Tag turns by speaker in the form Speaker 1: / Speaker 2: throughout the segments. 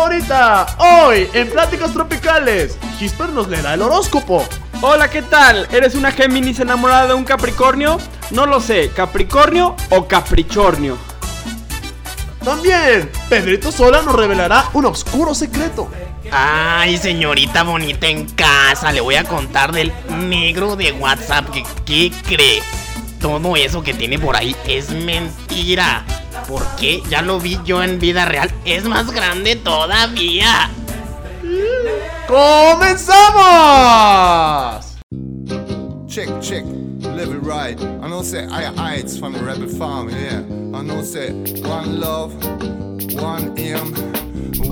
Speaker 1: favorita. Hoy, en Pláticas Tropicales, Gisper nos leerá el horóscopo.
Speaker 2: Hola, ¿qué tal? ¿Eres una Géminis enamorada de un Capricornio? No lo sé, ¿Capricornio o Caprichornio?
Speaker 1: También, Pedrito Sola nos revelará un oscuro secreto.
Speaker 3: Ay, señorita bonita en casa, le voy a contar del negro de WhatsApp que, ¿qué cree? Todo eso que tiene por ahí es mentira. Porque ya lo vi yo en vida real, es más grande todavía.
Speaker 1: ¡Comenzamos!
Speaker 4: Check, check, live it right. I know say higher heights from a rebel farm, yeah. I know say one love, one aim,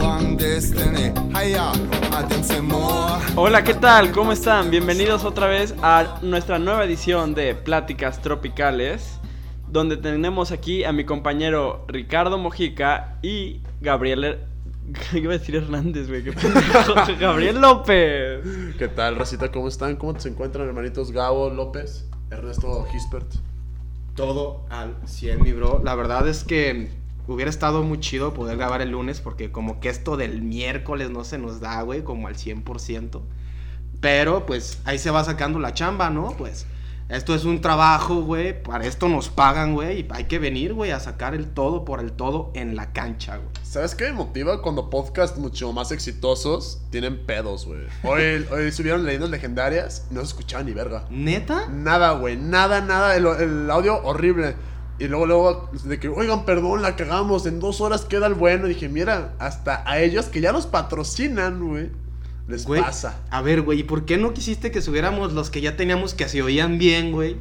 Speaker 4: one destiny. Higher, I them say more.
Speaker 2: Hola, ¿qué tal? ¿Cómo están? Bienvenidos otra vez a nuestra nueva edición de Pláticas Tropicales, donde tenemos aquí a mi compañero Ricardo Mojica y Gabriel... Her- Iba a decir Hernández, güey, qué pendejo. Gabriel López.
Speaker 1: ¿Qué tal, Racita? ¿Cómo están? ¿Cómo se encuentran, hermanitos Gabo López, Ernesto Gispert?
Speaker 5: Todo al 100, mi bro. La verdad es que hubiera estado muy chido poder grabar el lunes porque como que esto del miércoles no se nos da, güey, como al 100%. Pero pues ahí se va sacando la chamba, ¿no? Pues esto es un trabajo, güey. Para esto nos pagan, güey. Y hay que venir, güey, a sacar el todo por el todo en la cancha, güey.
Speaker 1: ¿Sabes qué me motiva cuando podcasts mucho más exitosos tienen pedos, güey? Hoy, hoy subieron leyendas legendarias y no se escuchaba ni verga.
Speaker 5: ¿Neta?
Speaker 1: Nada, güey, nada, nada. El, el audio horrible. Y luego, luego, de que, oigan, perdón, la cagamos, en dos horas queda el bueno. Y dije, mira, hasta a ellos que ya nos patrocinan, güey, les
Speaker 5: Güey,
Speaker 1: pasa.
Speaker 5: A ver, güey, ¿y por qué no quisiste que subiéramos los que ya teníamos que se oían bien, güey?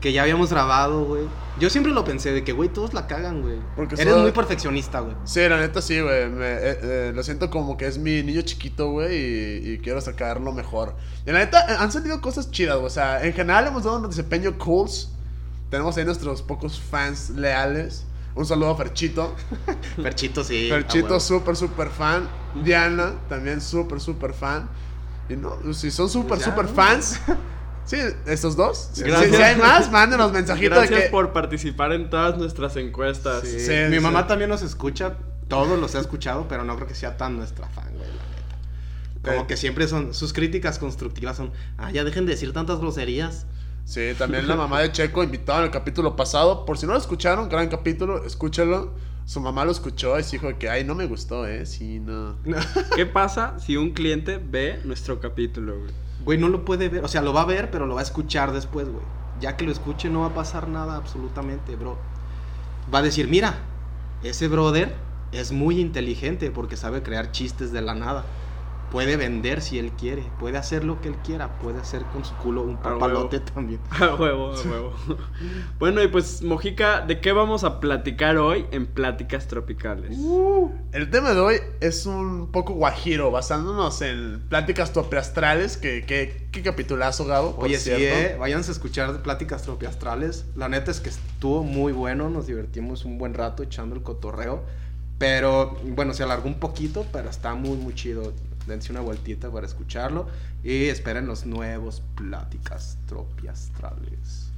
Speaker 5: Que ya habíamos grabado, güey. Yo siempre lo pensé de que, güey, todos la cagan, güey.
Speaker 1: Porque
Speaker 5: Eres
Speaker 1: son-
Speaker 5: muy perfeccionista, güey.
Speaker 1: Sí, la neta sí, güey. me- eh, eh, lo siento como que es mi niño chiquito, güey, y, y quiero sacarlo mejor. Y la neta, eh, han salido cosas chidas, güey. O sea, en general hemos dado un desempeño cools. Tenemos ahí nuestros pocos fans leales. Un saludo a Ferchito.
Speaker 5: Perchito, sí.
Speaker 2: ah,
Speaker 5: a
Speaker 1: Ferchito,
Speaker 5: huevo.
Speaker 1: súper, súper fan. Diana, también súper, súper fan. Y no, si son súper,
Speaker 5: Ya,
Speaker 1: súper
Speaker 5: ¿no?
Speaker 1: fans. Sí, estos dos. Si,
Speaker 2: Gracias.
Speaker 1: si hay más, mándenos mensajitos de
Speaker 2: Gracias
Speaker 1: que.
Speaker 2: por participar en todas nuestras encuestas.
Speaker 5: Sí.
Speaker 1: Sí,
Speaker 5: Mi
Speaker 1: sí.
Speaker 5: mamá también nos escucha. Todos los ha escuchado, pero no creo que sea tan nuestra fan, güey. la neta. Como
Speaker 1: Eh.
Speaker 5: que siempre son. Sus críticas constructivas son. Ah, ya dejen de decir tantas groserías.
Speaker 1: Sí, también la mamá de Checo invitada en el capítulo pasado. Por si no lo escucharon, gran capítulo, escúchelo. Su mamá lo escuchó y se dijo que, ay, no me gustó, eh. Sí, no.
Speaker 2: ¿Qué pasa si un cliente ve nuestro capítulo, güey?
Speaker 5: Güey, no lo puede ver. O sea, lo va a ver, pero lo va a escuchar después, güey. Ya que lo escuche, no va a pasar nada absolutamente, bro. Va a decir, mira, ese brother es muy inteligente porque sabe crear chistes de la nada. Puede vender si él quiere, puede hacer lo que él quiera, puede hacer con su culo un
Speaker 2: Ah, huevo.
Speaker 5: papalote también.
Speaker 2: A huevo, a huevo. bueno, y pues, Mojica, ¿de qué vamos a platicar hoy en Pláticas Tropicales?
Speaker 5: Uh.
Speaker 1: El tema de hoy es un poco guajiro, basándonos en pláticas topreastrales. Que, que, qué capitulazo, Gabo. por
Speaker 5: Oye, sí,
Speaker 1: cierto.
Speaker 5: eh, váyanse a escuchar Pláticas Tropiastrales. La neta es que estuvo muy bueno, nos divertimos un buen rato echando el cotorreo. Pero bueno, se alargó un poquito, pero está muy, muy chido. Dense una vueltita para escucharlo y esperen los nuevos Pláticas Tropiastrales.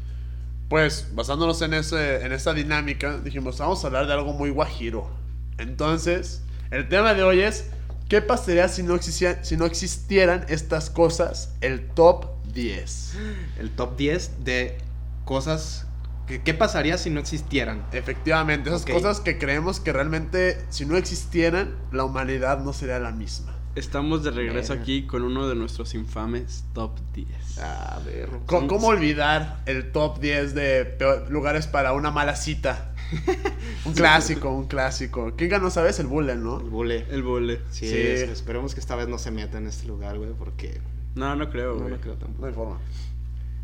Speaker 1: Pues, basándonos en, ese, en esa dinámica, dijimos, vamos a hablar de algo muy guajiro. Entonces, el tema de hoy es, ¿qué pasaría si no, existia- si no existieran estas cosas? El top 10.
Speaker 5: El top 10 de cosas. Que, ¿Qué pasaría si no existieran?
Speaker 1: Efectivamente, esas
Speaker 5: Ok.
Speaker 1: cosas que creemos que realmente, si no existieran, la humanidad no sería la misma.
Speaker 2: Estamos de regreso
Speaker 5: Verga. Ah.
Speaker 2: aquí con uno de nuestros infames top 10.
Speaker 5: A ver.
Speaker 1: Co-
Speaker 5: son-
Speaker 1: ¿Cómo olvidar el top 10 de peor- lugares para una mala cita? Un clásico, un clásico. ¿Quién ganó, sabes? El Bullen, ¿no?
Speaker 5: El bule.
Speaker 2: El vole.
Speaker 5: Sí,
Speaker 1: Sí.
Speaker 5: esperemos que esta vez no se meta en este lugar, güey, porque.
Speaker 2: No, no creo,
Speaker 5: No,
Speaker 2: güey.
Speaker 5: no creo tampoco.
Speaker 1: No hay forma.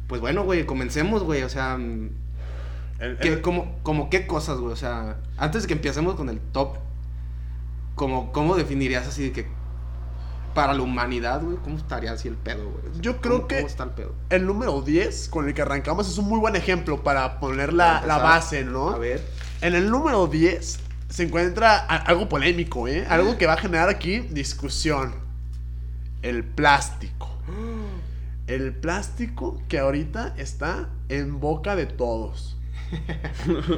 Speaker 5: Pues bueno, güey, comencemos, güey. O sea, mm,
Speaker 1: El-
Speaker 5: ¿qué,
Speaker 1: el-
Speaker 5: como, como qué cosas, güey. O sea, antes de que empecemos con el top, como, ¿cómo definirías así de que para la humanidad, güey? ¿Cómo estaría así el pedo, güey? O sea,
Speaker 1: Yo creo
Speaker 5: ¿cómo-
Speaker 1: que-
Speaker 5: ¿Cómo está el pedo?
Speaker 1: El número 10 con el que arrancamos es un muy buen ejemplo para poner la,
Speaker 5: Para
Speaker 1: la
Speaker 5: empezar.
Speaker 1: base, ¿no?
Speaker 5: A ver.
Speaker 1: En el número 10 se encuentra a- algo polémico, ¿eh?
Speaker 5: Ah.
Speaker 1: Algo que va a generar aquí discusión. El plástico. El plástico que ahorita está en boca de todos.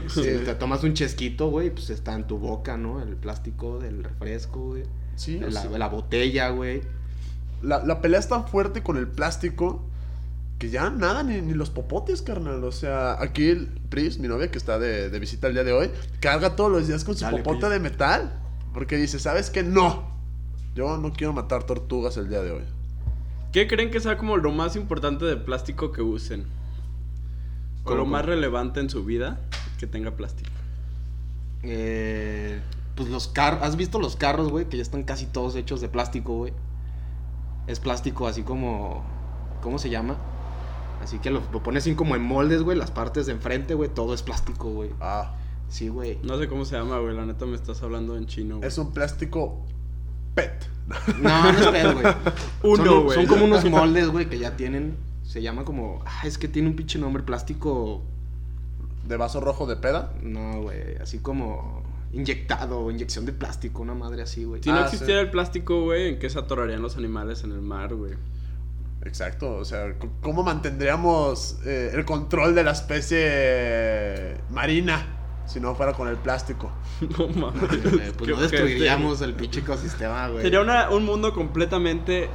Speaker 5: Si te tomas un chesquito, güey, pues está en tu boca, ¿no? El plástico del refresco, güey.
Speaker 1: Sí, o
Speaker 5: La,
Speaker 1: sea,
Speaker 5: la botella, güey.
Speaker 1: la, la pelea es tan fuerte con el plástico que ya nada, ni, ni los popotes, carnal. O sea, aquí el Pris, mi novia que está de, de visita el día de hoy, carga todos los días con su
Speaker 5: Dale,
Speaker 1: popote
Speaker 5: Pris.
Speaker 1: de metal. Porque dice, ¿sabes qué? No. Yo no quiero matar tortugas el día de hoy.
Speaker 2: ¿Qué creen que sea como lo más importante de plástico que usen? O
Speaker 5: ¿Cómo,
Speaker 2: lo
Speaker 5: cómo?
Speaker 2: más relevante en su vida que tenga plástico.
Speaker 5: Eh, pues los carros. ¿Has visto los carros, güey? Que ya están casi todos hechos de plástico, güey. Es plástico así como. ¿Cómo se llama? Así que lo, lo pones así como en moldes, güey. Las partes de enfrente, güey. Todo es plástico, güey.
Speaker 1: Ah,
Speaker 5: Sí, güey.
Speaker 2: No sé cómo se llama, güey. La neta me estás hablando en chino. güey.
Speaker 1: es un plástico PET.
Speaker 5: No, no es pedo, güey.
Speaker 2: Uno,
Speaker 5: Son-
Speaker 2: güey.
Speaker 5: Son, como unos moldes, güey, que ya tienen. Se llama como. Ah, es que tiene un pinche nombre plástico.
Speaker 1: De vaso rojo de peda.
Speaker 5: No, güey. Así como. Inyectado, o inyección de plástico, una madre así, güey.
Speaker 2: Si no
Speaker 1: Ah,
Speaker 2: existiera
Speaker 1: sí.
Speaker 2: el plástico, güey, ¿en qué se atorarían los animales en el mar, güey?
Speaker 1: Exacto, o sea, c- ¿cómo mantendríamos eh, el control de la especie marina si no fuera con el plástico?
Speaker 2: No mames.
Speaker 5: Sí, güey, Pues
Speaker 2: qué
Speaker 5: no
Speaker 2: ojete.
Speaker 5: destruiríamos el pinche ecosistema, güey.
Speaker 2: Sería una- un mundo completamente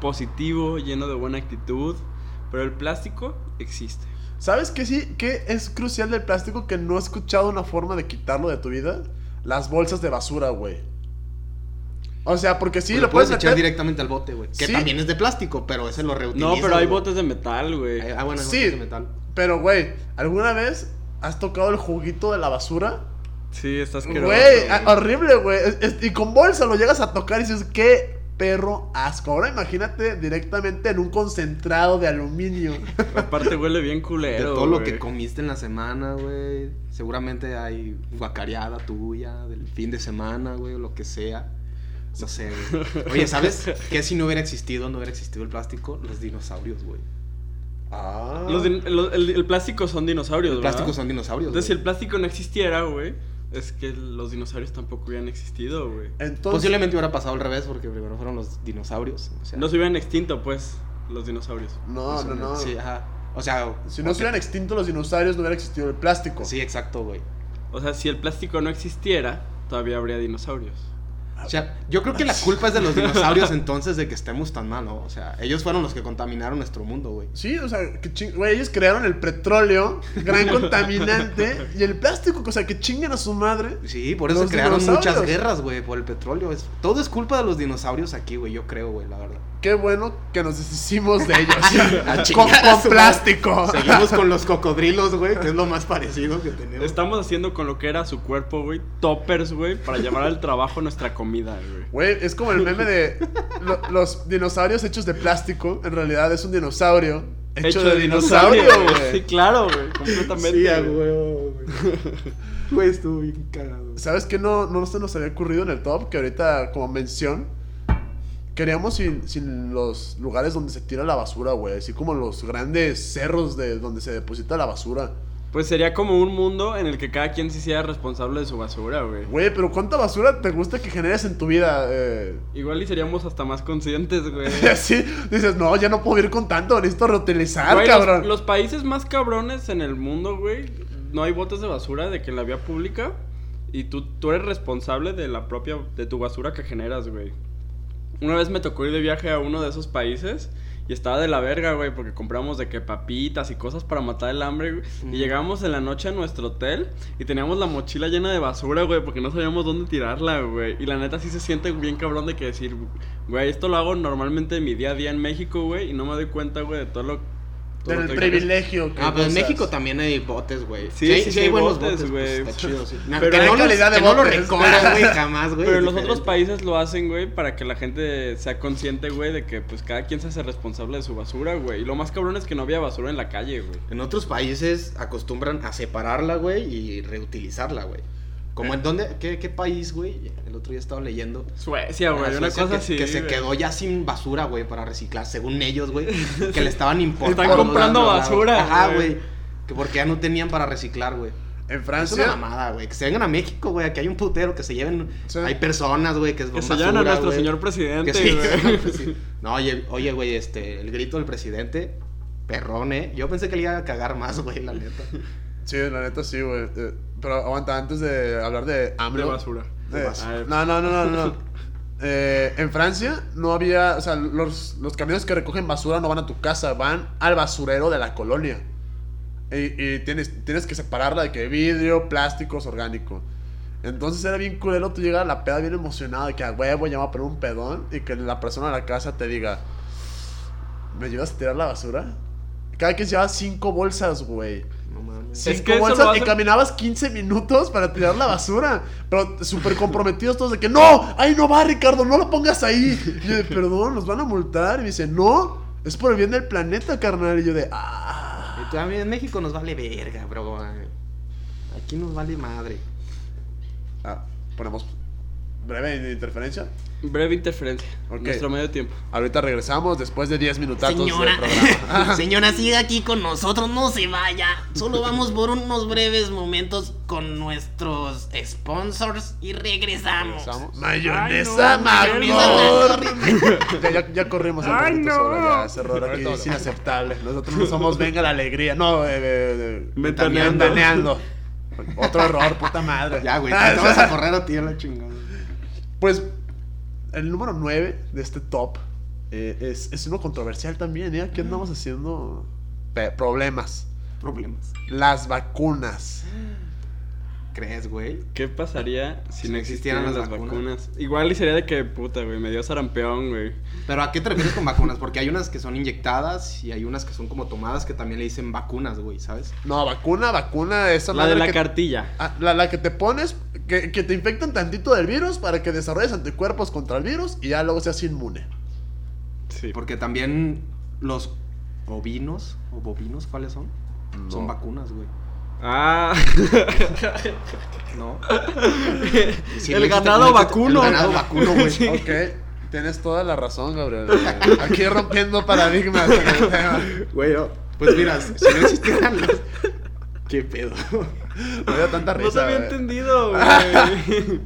Speaker 2: positivo, lleno de buena actitud. Pero el plástico existe.
Speaker 1: ¿Sabes qué sí? ¿Qué es crucial del plástico que no he escuchado una forma de quitarlo de tu vida? Las bolsas de basura, güey. O sea, porque sí,
Speaker 5: Pues
Speaker 1: lo puedes,
Speaker 5: echar
Speaker 1: meter-
Speaker 5: directamente al bote, güey. Que
Speaker 1: Sí.
Speaker 5: también es de plástico, pero ese lo reutilizas.
Speaker 2: No, pero hay
Speaker 5: güey.
Speaker 2: botes de metal, güey.
Speaker 5: Eh, Ah, bueno, hay
Speaker 1: Sí.
Speaker 5: botes de metal.
Speaker 1: Pero, güey, ¿alguna vez has tocado el juguito de la basura?
Speaker 2: Sí, estás asqueroso.
Speaker 1: Güey, ah, a- horrible, güey. Es- es- Y con bolsa lo llegas a tocar y dices, qué perro asco. Ahora imagínate directamente en un concentrado de aluminio.
Speaker 2: Aparte huele bien
Speaker 5: De
Speaker 2: culero,
Speaker 5: todo lo
Speaker 2: güey.
Speaker 5: que comiste en la semana, güey. Seguramente hay guacareada tuya, del fin de semana, güey, o lo que sea. No sé, güey. Oye, ¿sabes qué si no hubiera existido, no hubiera existido el plástico? Los dinosaurios, güey.
Speaker 1: Ah.
Speaker 2: Los din- lo- el, el plástico son dinosaurios,
Speaker 5: Los plásticos
Speaker 2: ¿verdad?
Speaker 5: son dinosaurios,
Speaker 2: Entonces, si
Speaker 5: güey.
Speaker 2: el plástico no existiera, güey, es que los dinosaurios tampoco hubieran existido, güey.
Speaker 1: Entonces,
Speaker 5: Posiblemente hubiera pasado al revés, porque primero fueron los dinosaurios. o sea,
Speaker 2: No se hubieran extinto, pues, los dinosaurios.
Speaker 1: No, no, no.
Speaker 5: Sí, ajá. O sea,
Speaker 1: Si no se hubieran extinto los dinosaurios, no hubiera existido el plástico.
Speaker 5: Sí, exacto, güey.
Speaker 2: O sea, si el plástico no existiera, todavía habría dinosaurios.
Speaker 5: O sea, yo creo que la culpa es de los dinosaurios entonces de que estemos tan mal, ¿no? O sea, ellos fueron los que contaminaron nuestro mundo, güey.
Speaker 1: Sí, o sea, que ching- güey, ellos crearon el petróleo, gran contaminante, y el plástico, o sea, que chingan a su madre.
Speaker 5: Sí, por eso
Speaker 1: Los
Speaker 5: crearon
Speaker 1: dinosaurios.
Speaker 5: muchas guerras, güey, por el petróleo. Es- todo es culpa de los dinosaurios aquí, güey, yo creo, güey, la verdad.
Speaker 1: Qué bueno que nos deshicimos de ellos.
Speaker 5: A
Speaker 1: con
Speaker 5: chingar a
Speaker 1: con
Speaker 5: su madre.
Speaker 1: plástico.
Speaker 5: Seguimos con los cocodrilos, güey, que es lo más parecido que tenemos.
Speaker 2: Estamos haciendo con lo que era su cuerpo, güey, toppers, güey, para llevar al trabajo nuestra comida, güey.
Speaker 1: Güey, es como el meme de lo- los dinosaurios hechos de plástico. En realidad es un dinosaurio hecho, de dinosaurio,
Speaker 2: Sí,
Speaker 1: güey.
Speaker 2: claro, güey, completamente.
Speaker 5: Sí, a
Speaker 2: Este güey.
Speaker 5: huevo, güey. Güey, estuvo bien cagado. güey.
Speaker 1: ¿Sabes qué no, no se nos había ocurrido en el top? Que ahorita, como mención, queríamos sin, sin los lugares donde se tira la basura, güey. Así como los grandes cerros de donde se deposita la basura.
Speaker 2: Pues sería como un mundo en el que cada quien se hiciera responsable de su basura, güey.
Speaker 1: Güey, pero ¿cuánta basura te gusta que generes en tu vida? Eh,
Speaker 2: Igual y seríamos hasta más conscientes, güey.
Speaker 1: y así dices, no, ya no puedo ir con tanto, necesito reutilizar,
Speaker 2: Güey, los-
Speaker 1: cabrón.
Speaker 2: Los, países más cabrones en el mundo, güey, no hay botes de basura de que en la vía pública y tú, tú eres responsable de la propia, de tu basura que generas, güey. Una vez me tocó ir de viaje a uno de esos países y estaba de la verga, güey, porque compramos de que papitas y cosas para matar el hambre, güey. Y llegamos en la noche a nuestro hotel y teníamos la mochila llena de basura, güey, porque no sabíamos dónde tirarla, güey. Y la neta sí se siente bien cabrón de que decir, güey, esto lo hago normalmente en mi día a día en México, güey, y no me doy cuenta, güey, de todo lo... todo lo
Speaker 1: Del
Speaker 2: que ganas".
Speaker 1: privilegio. que
Speaker 5: Ah, pero en
Speaker 1: gozas.
Speaker 5: México también hay botes, güey.
Speaker 2: Sí, sí, sí hay botes, güey.
Speaker 5: pues, está chido, sí.
Speaker 1: Pero
Speaker 5: que
Speaker 1: hay
Speaker 5: no los-
Speaker 1: calidad de
Speaker 5: que no lo
Speaker 1: botes.
Speaker 5: recojan, güey, jamás, güey.
Speaker 2: Pero
Speaker 5: es
Speaker 2: en los otros
Speaker 5: diferente.
Speaker 2: países lo hacen, güey, para que la gente sea consciente, güey, de que pues cada quien se hace responsable de su basura, güey. Y lo más cabrón es que no había basura en la calle, güey.
Speaker 5: En otros países acostumbran a separarla, güey, y reutilizarla, güey.
Speaker 2: Eh.
Speaker 5: Como en dónde, qué, qué país, güey. El otro día estaba leyendo.
Speaker 2: Suecia, güey, una
Speaker 5: Ah, Suecia
Speaker 2: cosa
Speaker 5: que,
Speaker 2: así.
Speaker 5: que se
Speaker 2: güey.
Speaker 5: quedó ya sin basura, güey, para reciclar, según ellos, güey. Que le estaban importando.
Speaker 2: comprando
Speaker 5: ¿verdad?
Speaker 2: basura,
Speaker 5: Ajá,
Speaker 2: güey.
Speaker 5: güey. Que porque ya no tenían para reciclar, güey.
Speaker 1: En
Speaker 5: Es una
Speaker 1: Francia.
Speaker 5: mamada, güey. Que se vengan a México, güey. Aquí hay un putero que se lleven.
Speaker 1: Sí.
Speaker 5: Hay personas, güey, que es
Speaker 2: Que se
Speaker 5: basura,
Speaker 2: llevan a nuestro
Speaker 5: güey.
Speaker 2: señor
Speaker 5: Que
Speaker 2: presidente,
Speaker 5: sí,
Speaker 2: güey.
Speaker 5: que sí. No, oye, oye, güey, este, el grito del presidente, perrón, eh. Yo pensé que le iba a cagar más, güey, la neta.
Speaker 1: Sí, la neta sí, güey. Eh, Pero aguanta, antes de hablar de AMLO.
Speaker 2: De basura.
Speaker 1: Eh,
Speaker 2: De basura.
Speaker 1: No, no, no, no, no. Eh, en Francia no había, o sea, los, los camiones que recogen basura no van a tu casa, van al basurero de la colonia. Y, y tienes, tienes que separarla de que vidrio, plásticos, orgánico. Entonces era bien culero tú llegar a la peda bien emocionado de que a huevo ya me voy a poner un pedón y que la persona de la casa te diga, ¿me ayudas a tirar la basura? Cada quien se llevaba cinco bolsas, güey.
Speaker 5: No mames.
Speaker 1: Cinco
Speaker 2: Es que eso
Speaker 1: bolsas
Speaker 2: lo
Speaker 1: y
Speaker 2: hacen-
Speaker 1: caminabas 15 minutos para tirar la basura. Pero súper comprometidos todos de que no, ahí no va Ricardo, no lo pongas ahí. Y yo de perdón, nos van a multar. Y me dice, no, es por el bien del planeta, carnal. Y yo de ah.
Speaker 5: Y tú, a mí en México nos vale verga, bro. Aquí nos vale madre.
Speaker 1: Ah, ponemos breve interferencia.
Speaker 2: Breve interferencia.
Speaker 1: Ok.
Speaker 2: Nuestro medio tiempo.
Speaker 1: Ahorita regresamos después de 10 minutazos
Speaker 3: Señora,
Speaker 1: del programa.
Speaker 3: señora, siga aquí con nosotros, no se vaya. Solo vamos por unos breves momentos con nuestros sponsors y regresamos.
Speaker 1: Regresamos. Mayonesa,
Speaker 2: Ay, no,
Speaker 1: mamor. ya, ya, ya corrimos el
Speaker 2: Ay,
Speaker 1: perrito
Speaker 2: no.
Speaker 1: solo, ya, ese error aquí es inaceptable. Nosotros no somos venga la alegría. No, eh, eh, eh,
Speaker 2: Ventaneando.
Speaker 1: ventaneando. Otro error, puta madre.
Speaker 5: Ya, güey,
Speaker 1: Ah,
Speaker 5: te
Speaker 1: o
Speaker 5: vas
Speaker 1: sea,
Speaker 5: a correr a ti a la chingada.
Speaker 1: Pues el número 9 de este top eh, es, es uno controversial también. ¿eh? Aquí andamos haciendo pe- problemas.
Speaker 5: Problemas.
Speaker 1: Las vacunas.
Speaker 5: ¿Crees, güey?
Speaker 2: ¿Qué pasaría si, no existieran las vacunas?
Speaker 5: vacunas?
Speaker 2: Igual y sería de que puta, güey. Me dio sarampeón, güey.
Speaker 5: Pero ¿a qué te refieres con vacunas? Porque hay unas que son inyectadas y hay unas que son como tomadas que también le dicen vacunas, güey, ¿sabes?
Speaker 1: No, vacuna, vacuna, esa
Speaker 2: La de
Speaker 1: madre
Speaker 2: la
Speaker 1: que-
Speaker 2: cartilla.
Speaker 1: Ah, La, la que te pones, que, que te infectan tantito del virus para que desarrolles anticuerpos contra el virus y ya luego seas inmune.
Speaker 2: Sí.
Speaker 5: Porque también los ovinos o bovinos, ¿cuáles son? Son vacunas, güey.
Speaker 2: Ah.
Speaker 5: No. Sí,
Speaker 2: el
Speaker 5: güey,
Speaker 2: ganado
Speaker 5: sí, sí,
Speaker 2: vacuno.
Speaker 5: El ganado vacuno, güey.
Speaker 2: Sí.
Speaker 1: Ok, tienes toda la razón, Gabriel. Aquí rompiendo paradigmas. en el tema.
Speaker 5: Güey, no. pues mira, si no existieran las... ¿Qué pedo?
Speaker 1: Me dio tanta
Speaker 2: No te
Speaker 1: risa.
Speaker 2: había
Speaker 1: güey.
Speaker 2: entendido, güey.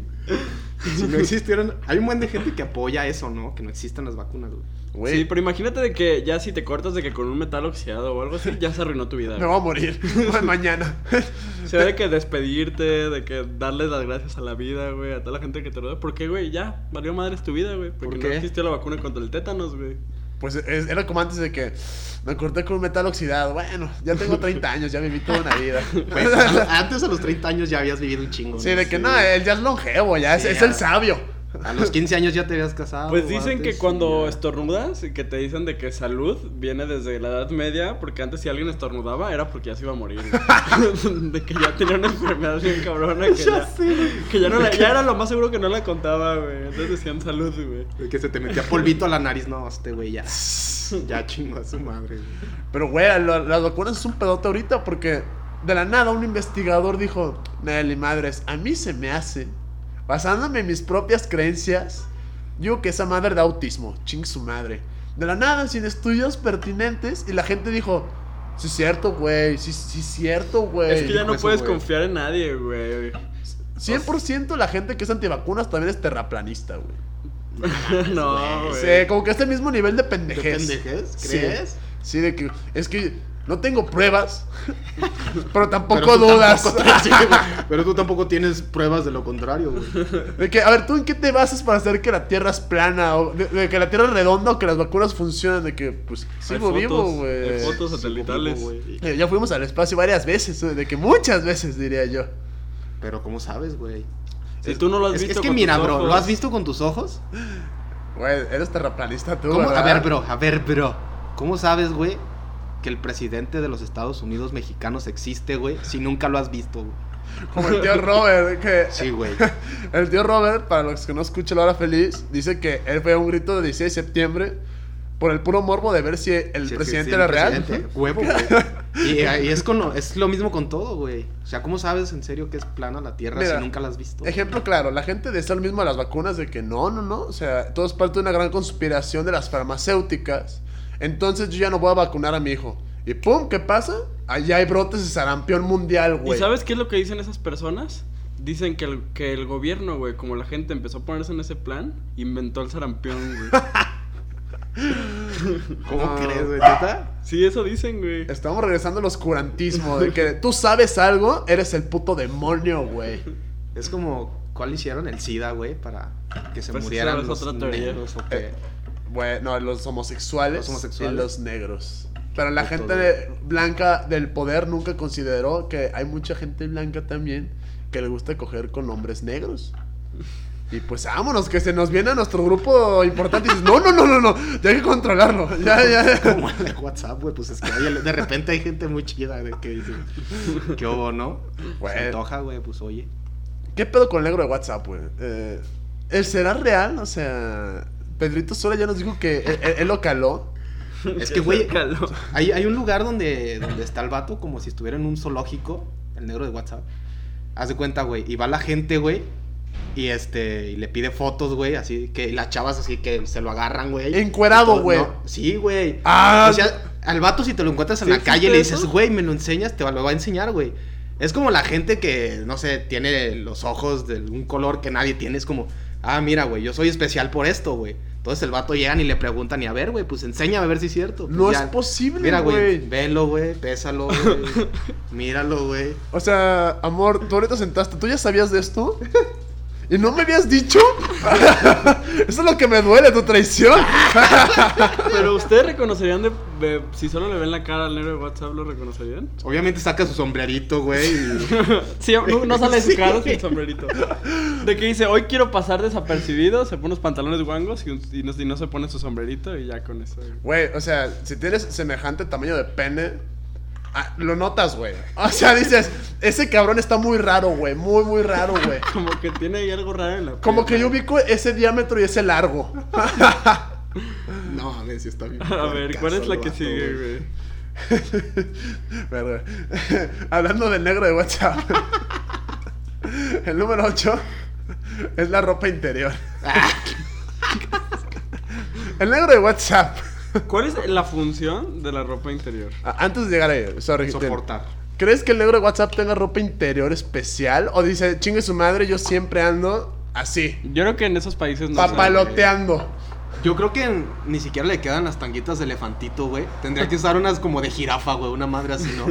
Speaker 5: Si no existieran... Hay un buen de gente que apoya eso, ¿no? Que no existan las vacunas, güey.
Speaker 1: Güey,
Speaker 2: Sí, pero imagínate de que ya si te cortas de que con un metal oxidado o algo así, ya se arruinó tu vida.
Speaker 1: me
Speaker 2: güey.
Speaker 1: voy a morir ma- mañana.
Speaker 2: Se ve de que despedirte, de que darle las gracias a la vida, güey, a toda la gente que te rodea. Porque, güey, ya, valió madres tu vida, güey. Porque
Speaker 5: ¿Por
Speaker 2: no
Speaker 5: qué?
Speaker 2: existió la vacuna contra el tétanos, güey.
Speaker 1: Pues es- era como antes de que me corté con un metal oxidado. Bueno, ya tengo 30 años, ya viví toda una vida.
Speaker 5: Pues, a lo- antes a los 30 años ya habías vivido un chingo.
Speaker 1: sí, de que no, eh. él ya es longevo, ya es,
Speaker 5: Sí,
Speaker 1: es
Speaker 5: ya.
Speaker 1: el sabio.
Speaker 5: A los 15 años ya te habías casado.
Speaker 2: Pues dicen
Speaker 5: antes,
Speaker 2: que cuando
Speaker 5: y ya.
Speaker 2: estornudas y que te dicen de que salud viene desde la Edad Media, porque antes si alguien estornudaba era porque ya se iba a morir. güey. de que ya tenía una enfermedad bien cabrona que ya, que ya no la- ya era lo más seguro que no la contaba, güey. Entonces decían salud, güey.
Speaker 5: De Que se te metía polvito a la nariz. No, este güey ya. Ya chingó a su madre, güey.
Speaker 1: Pero, güey, lo- las vacunas es un pedote ahorita porque de la nada un investigador dijo, Nelly Madres, a mí se me hace, basándome en mis propias creencias, yo que esa madre da autismo, ching su madre. De la nada, sin estudios pertinentes, y la gente dijo, sí es cierto, güey, sí, sí es cierto, güey.
Speaker 2: es que ya
Speaker 5: dijo
Speaker 2: no
Speaker 5: eso,
Speaker 2: puedes
Speaker 5: güey.
Speaker 2: confiar en nadie, güey.
Speaker 1: 100% la gente que es antivacunas también es terraplanista, güey.
Speaker 2: no, güey.
Speaker 1: Sí, como que este mismo nivel de pendejez.
Speaker 5: ¿De pendejez?
Speaker 1: Sí.
Speaker 5: ¿Crees?
Speaker 1: Sí, de que es que no tengo pruebas, pero tampoco
Speaker 5: Pero tú
Speaker 1: dudas.
Speaker 5: tampoco- sí, güey. Pero tú tampoco tienes pruebas de lo contrario, güey.
Speaker 1: De que, a ver, ¿tú en qué te basas para saber que la Tierra es plana? O de, de que la Tierra es redonda o que las vacunas funcionan. De que, pues,
Speaker 2: Hay
Speaker 1: sigo
Speaker 2: fotos,
Speaker 1: vivo,
Speaker 2: hay
Speaker 1: güey.
Speaker 2: fotos satelitales.
Speaker 5: Sigo vivo, güey.
Speaker 1: Eh, Ya fuimos al espacio varias veces, eh, de que muchas veces, diría yo.
Speaker 5: Pero ¿cómo sabes, güey?
Speaker 2: Si tú no lo has
Speaker 5: Es,
Speaker 2: visto
Speaker 5: es que
Speaker 2: con
Speaker 5: mira,
Speaker 2: tus
Speaker 5: bro,
Speaker 2: ojos.
Speaker 5: ¿lo has visto con tus ojos?
Speaker 1: Güey, eres terraplanista tú,
Speaker 5: ¿Cómo? A
Speaker 1: ¿verdad?
Speaker 5: ver, bro, a ver, bro. ¿Cómo sabes, güey, que el presidente de los Estados Unidos mexicanos existe, güey, si nunca lo has visto, güey?
Speaker 1: Como el tío Robert, que...
Speaker 5: Sí, güey.
Speaker 1: El tío Robert, para los que no escuchan la hora feliz, dice que él fue a un grito de 16 de septiembre por el puro morbo de ver si el
Speaker 5: Sí,
Speaker 1: presidente
Speaker 5: sí, sí,
Speaker 1: era
Speaker 5: el
Speaker 1: real.
Speaker 5: presidente, Huevo, güey. Y, ahí es, con lo, es lo mismo con todo, güey. O sea, ¿cómo sabes en serio que es plana la Tierra
Speaker 1: Mira,
Speaker 5: si nunca la has visto?
Speaker 1: Ejemplo claro, la gente desea lo mismo a las vacunas de que no, no, no. O sea, todo es parte de una gran conspiración de las farmacéuticas. Entonces yo ya no voy a vacunar a mi hijo. Y pum, ¿qué pasa? Allá hay brotes de sarampión mundial,
Speaker 2: ¿Y
Speaker 1: güey.
Speaker 2: sabes qué es lo que dicen esas personas? Dicen que el, que el gobierno, güey, como la gente empezó a ponerse en ese plan, inventó el sarampión, güey.
Speaker 5: ¿Cómo
Speaker 1: No.
Speaker 5: crees, güey? ¿Neta?
Speaker 2: Sí, eso dicen, güey.
Speaker 1: Estamos regresando al oscurantismo, de que tú sabes algo, eres el puto demonio, güey.
Speaker 5: Es como, ¿cuál hicieron? El SIDA, güey, para que se
Speaker 2: Pues esa
Speaker 5: murieran
Speaker 2: es
Speaker 5: los
Speaker 2: otra teoría.
Speaker 5: negros o qué.
Speaker 1: Eh, Bueno, los homosexuales,
Speaker 5: Los homosexuales.
Speaker 1: y los negros. Pero la
Speaker 5: Puto
Speaker 1: gente
Speaker 5: de-
Speaker 1: blanca del poder nunca consideró que hay mucha gente blanca también que le gusta coger con hombres negros. Y pues vámonos, que se nos viene a nuestro grupo importante y dices, no, no, no, no, no, ya hay que controlarlo. Ya, ya.
Speaker 5: Como el de WhatsApp, güey, pues es que hay- de repente hay gente muy chida de que dice, ¿qué hubo, no?
Speaker 1: Güey.
Speaker 5: Se antoja, güey, pues oye.
Speaker 1: ¿Qué pedo con el negro de WhatsApp, güey? Eh, ¿el ¿Será real? O sea, Pedrito Sola ya nos dijo que él, él- él lo caló.
Speaker 5: Es que, güey,
Speaker 2: Caló.
Speaker 5: hay, hay un lugar donde, donde está el vato como si estuviera en un zoológico, el negro de WhatsApp. Haz de cuenta, güey, y va la gente, güey, y este, y le pide fotos, güey, así que y las chavas así que se lo agarran, güey.
Speaker 1: Encuerado,
Speaker 5: Todo-
Speaker 1: güey.
Speaker 5: no, sí, güey.
Speaker 1: Ah.
Speaker 5: o sea, al vato si te lo encuentras en
Speaker 2: ¿Sí
Speaker 5: la calle y
Speaker 2: existe
Speaker 5: le dices,
Speaker 2: eso?
Speaker 5: güey, me lo enseñas, te lo va a enseñar, güey. Es como la gente que, no sé, tiene los ojos de un color que nadie tiene. Es como, ah, mira, güey, yo soy especial por esto, güey. Entonces el vato llegan y le preguntan, y a ver, güey, pues enséñame a ver si es cierto. Pues
Speaker 1: No
Speaker 5: ya.
Speaker 1: es posible,
Speaker 5: Mira, güey,
Speaker 1: güey.
Speaker 5: velo, güey, pésalo, güey. míralo, güey.
Speaker 1: O sea, amor, tú ahorita sentaste, ¿tú ya sabías de esto? ¿Y no me habías dicho? Eso es lo que me duele, tu traición.
Speaker 2: Pero ustedes reconocerían de, de- si solo le ven la cara al negro de WhatsApp, ¿lo reconocerían?
Speaker 5: Obviamente saca su sombrerito, güey. y-
Speaker 2: Sí, no, no sale su
Speaker 5: Sí.
Speaker 2: cara sin sombrerito. De que dice, hoy quiero pasar desapercibido, se pone unos pantalones guangos y, un- y no, y no se pone su sombrerito y ya con eso.
Speaker 1: Güey, o sea, si tienes semejante tamaño de pene, ah, lo notas, güey. O sea, dices, ese cabrón está muy raro, güey. Muy, muy raro, güey.
Speaker 2: Como que tiene ahí algo raro en la
Speaker 1: Como que
Speaker 2: piel.
Speaker 1: yo ubico ese diámetro y ese largo.
Speaker 5: No, a ver si está bien.
Speaker 2: A ver, ¿cuál
Speaker 5: Caso
Speaker 2: es la
Speaker 5: el
Speaker 2: que
Speaker 5: vato,
Speaker 2: sigue, güey?
Speaker 1: Verga. Hablando del negro de WhatsApp. El número 8 es la ropa interior. El negro de WhatsApp.
Speaker 2: ¿Cuál es la función de la ropa interior?
Speaker 1: Ah, Antes de llegar ahí, sorry.
Speaker 5: Soportar.
Speaker 1: ¿Crees que el negro de WhatsApp tenga ropa interior especial? ¿O dice, chingue su madre, yo siempre ando así?
Speaker 2: Yo creo que en esos países no
Speaker 1: papaloteando.
Speaker 5: Yo creo que en- ni siquiera le quedan las tanguitas de elefantito, güey. Tendría que usar unas como de jirafa, güey. Una madre así, ¿no?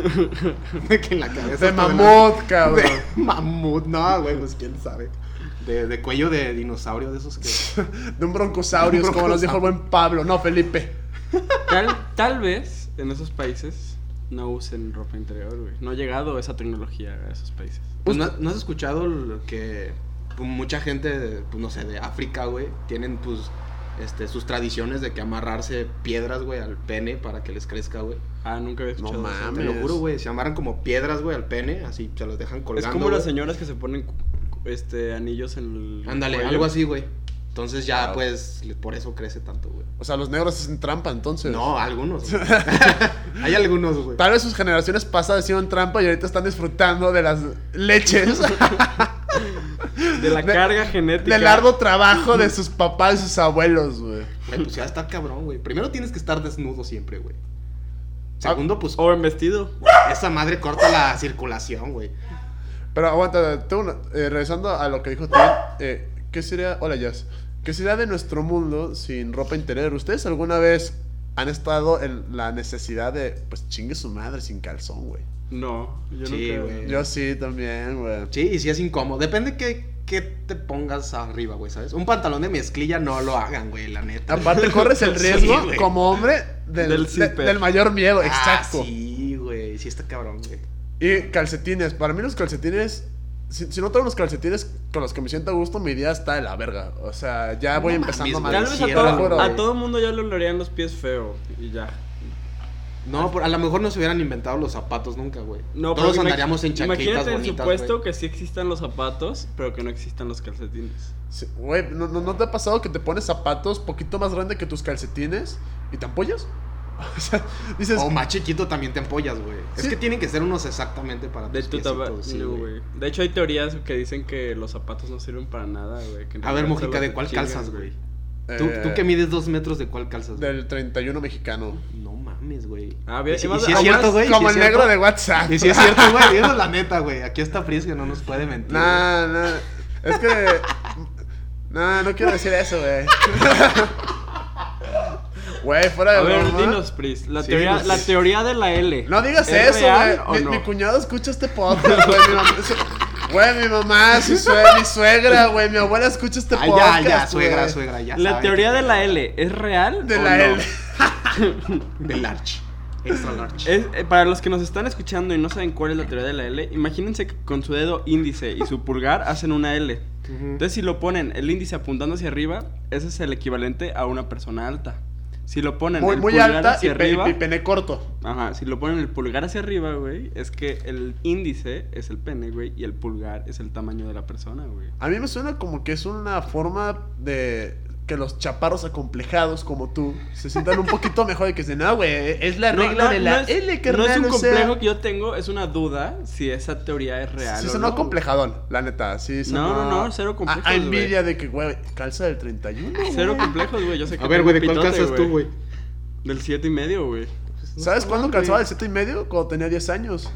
Speaker 5: De que en la cabeza.
Speaker 1: De
Speaker 5: todo el-
Speaker 1: mamut, cabrón.
Speaker 5: De mamut, no, güey, pues quién sabe. De, de cuello de dinosaurio, de esos que.
Speaker 1: De un broncosaurio,
Speaker 5: De un
Speaker 1: como nos dijo el
Speaker 5: broncosaurio.
Speaker 1: buen Pablo. No, Felipe.
Speaker 2: Tal, tal vez en esos países no usen ropa interior, güey. No ha llegado esa tecnología a esos países.
Speaker 5: Pues, ¿no, no has escuchado lo que pues, mucha gente, pues no sé, de África, güey, tienen pues este, sus tradiciones de que amarrarse piedras, güey, al pene para que les crezca, güey?
Speaker 2: Ah, nunca había escuchado eso.
Speaker 1: mames.
Speaker 5: Te lo juro, güey, se amarran como piedras, güey, al pene, así se los dejan
Speaker 2: Es
Speaker 5: colgando.
Speaker 2: como las
Speaker 5: güey.
Speaker 2: señoras que se ponen cu- cu- este anillos en el
Speaker 5: Ándale,
Speaker 2: cuello.
Speaker 5: algo así, güey. Entonces ya,
Speaker 1: Wow.
Speaker 5: pues, le- por eso crece tanto, güey.
Speaker 1: O sea, los negros hacen trampa entonces.
Speaker 5: No, algunos. güey. Hay algunos, güey.
Speaker 1: Tal vez sus generaciones pasadas hicieron trampa y ahorita están disfrutando de las leches,
Speaker 2: de la
Speaker 1: De-
Speaker 2: carga genética.
Speaker 1: del arduo trabajo de sus papás y sus abuelos, güey.
Speaker 5: Güey, pues ya está cabrón, güey. Primero tienes que estar desnudo siempre, güey.
Speaker 1: Ah.
Speaker 5: Segundo, pues,
Speaker 2: o en vestido.
Speaker 5: esa madre corta la circulación, güey.
Speaker 1: Pero aguanta, tengo una- eh, regresando a lo que dijo Tim, eh, ¿qué sería, hola Jazz, qué sería de nuestro mundo sin ropa interior? ¿Ustedes alguna vez han estado en la necesidad de, pues chingue su madre sin calzón, güey?
Speaker 2: No, yo
Speaker 5: Sí,
Speaker 2: nunca.
Speaker 5: güey.
Speaker 1: Yo sí también, güey.
Speaker 5: Sí, y sí es incómodo. Depende qué, qué te pongas arriba, güey, ¿sabes? Un pantalón de mezclilla no lo hagan, güey, la neta.
Speaker 1: Aparte corres el
Speaker 5: Sí,
Speaker 1: riesgo
Speaker 5: güey.
Speaker 1: como hombre del,
Speaker 2: Del
Speaker 1: de-
Speaker 2: zipper.
Speaker 1: del mayor miedo,
Speaker 5: Ah,
Speaker 1: exacto.
Speaker 5: Sí, güey. Sí está cabrón, güey.
Speaker 1: Y calcetines. Para mí los calcetines... Si, si no traigo los calcetines con los que me siento a gusto, mi día está de la verga. O sea, ya
Speaker 5: No
Speaker 1: voy
Speaker 5: mames,
Speaker 1: empezando
Speaker 5: güey.
Speaker 1: mal.
Speaker 2: Tal vez a
Speaker 5: Cierra,
Speaker 2: todo,
Speaker 5: güey.
Speaker 2: a todo mundo ya le olerían los pies feo y ya.
Speaker 5: No, por- a lo mejor no se hubieran inventado los zapatos nunca, güey.
Speaker 2: No, pero
Speaker 5: Todos
Speaker 2: imag-
Speaker 5: andaríamos en chaquetas
Speaker 2: Imagínate el
Speaker 5: bonitas,
Speaker 2: supuesto
Speaker 5: güey.
Speaker 2: que sí existan los zapatos, pero que no existan los calcetines.
Speaker 1: Sí, Güey, ¿no, no, no te ha pasado que te pones zapatos poquito más grande que tus calcetines y te ampollas? O sea, dices...
Speaker 5: O más chiquito también te empollas, güey.
Speaker 1: Sí.
Speaker 5: Es que tienen que ser unos exactamente para
Speaker 2: De
Speaker 5: tus
Speaker 2: tu
Speaker 5: piecitos,
Speaker 2: taba-
Speaker 5: sí,
Speaker 2: no,
Speaker 5: güey.
Speaker 2: güey. De hecho hay teorías que dicen que los zapatos no sirven para nada, güey. que en
Speaker 5: A ver,
Speaker 2: realidad
Speaker 5: Mojica,
Speaker 2: solo
Speaker 5: ¿de
Speaker 2: te
Speaker 5: cuál
Speaker 2: chingan,
Speaker 5: calzas, güey?
Speaker 1: eh,
Speaker 5: ¿Tú, tú que mides dos metros, ¿de cuál calzas? güey?
Speaker 1: Del 31 mexicano.
Speaker 5: No mames, güey.
Speaker 2: Ah, bien,
Speaker 5: Y si-
Speaker 2: y más-
Speaker 5: y si es
Speaker 2: ah,
Speaker 5: cierto,
Speaker 2: más-
Speaker 5: güey.
Speaker 1: Como
Speaker 5: si
Speaker 1: el
Speaker 5: es
Speaker 1: negro
Speaker 5: cierto-
Speaker 1: de WhatsApp.
Speaker 5: Y si es cierto, güey. Eso es la neta, güey. Aquí está Frizz que no nos puede mentir. güey.
Speaker 1: Nah, nah. Es que... No, no quiero decir eso, güey. Güey, fuera de
Speaker 2: A ver,
Speaker 1: broma.
Speaker 2: dinos, Pris. La,
Speaker 5: Sí,
Speaker 2: teoría,
Speaker 5: no sé.
Speaker 2: la teoría de la L.
Speaker 1: No digas
Speaker 2: ¿Es
Speaker 1: eso,
Speaker 2: real o
Speaker 1: güey. Mi,
Speaker 2: no?
Speaker 1: mi cuñado escucha este podcast, güey. Mi mamá, su- güey, mi, mamá, su sue- mi suegra, güey. Mi abuela escucha este
Speaker 2: Ah,
Speaker 5: Ay,
Speaker 1: podcast.
Speaker 5: Ah, ya, ya, suegra,
Speaker 1: güey.
Speaker 5: suegra, ya.
Speaker 2: La
Speaker 5: saben
Speaker 2: teoría
Speaker 5: que-
Speaker 2: de la L, ¿es real?
Speaker 1: De
Speaker 2: o
Speaker 1: la
Speaker 2: no?
Speaker 1: L.
Speaker 5: Del large. Extra large.
Speaker 2: Es- eh, para los que nos están escuchando y no saben cuál es la teoría de la L, imagínense que con su dedo índice y su pulgar hacen una L. Entonces, si lo ponen el índice apuntando hacia arriba, ese es el equivalente a una persona alta. Si lo ponen
Speaker 1: Muy,
Speaker 2: el
Speaker 1: muy
Speaker 2: pulgar
Speaker 1: alta y,
Speaker 2: hacia
Speaker 1: pe-
Speaker 2: arriba,
Speaker 1: y pene corto.
Speaker 2: ajá, si lo ponen el pulgar hacia arriba, güey, es que el índice es el pene, güey, y el pulgar es el tamaño de la persona, güey.
Speaker 1: A mí me suena como que es una forma de que los chaparros acomplejados como tú se sientan un poquito mejor y que dicen, no, güey, es la regla de la
Speaker 2: es,
Speaker 1: L,
Speaker 2: no
Speaker 1: carnal.
Speaker 2: es un
Speaker 1: o sea".
Speaker 2: complejo que yo tengo, es una duda si esa teoría es real.
Speaker 1: Sí,
Speaker 2: o
Speaker 1: sonó
Speaker 2: no.
Speaker 1: complejadón, la neta. Sí, sonó...
Speaker 2: no, no, cero complejos,
Speaker 1: A, a envidia de que, güey, calza del 31.
Speaker 2: Cero complejos, güey. Yo sé que
Speaker 5: A ver,
Speaker 2: tengo
Speaker 5: güey, ¿de cuál
Speaker 2: pitote,
Speaker 5: calzas tú, güey?
Speaker 2: Del siete y medio, güey.
Speaker 1: ¿Sabes cuándo calzaba el 7 y medio? Cuando tenía 10 años.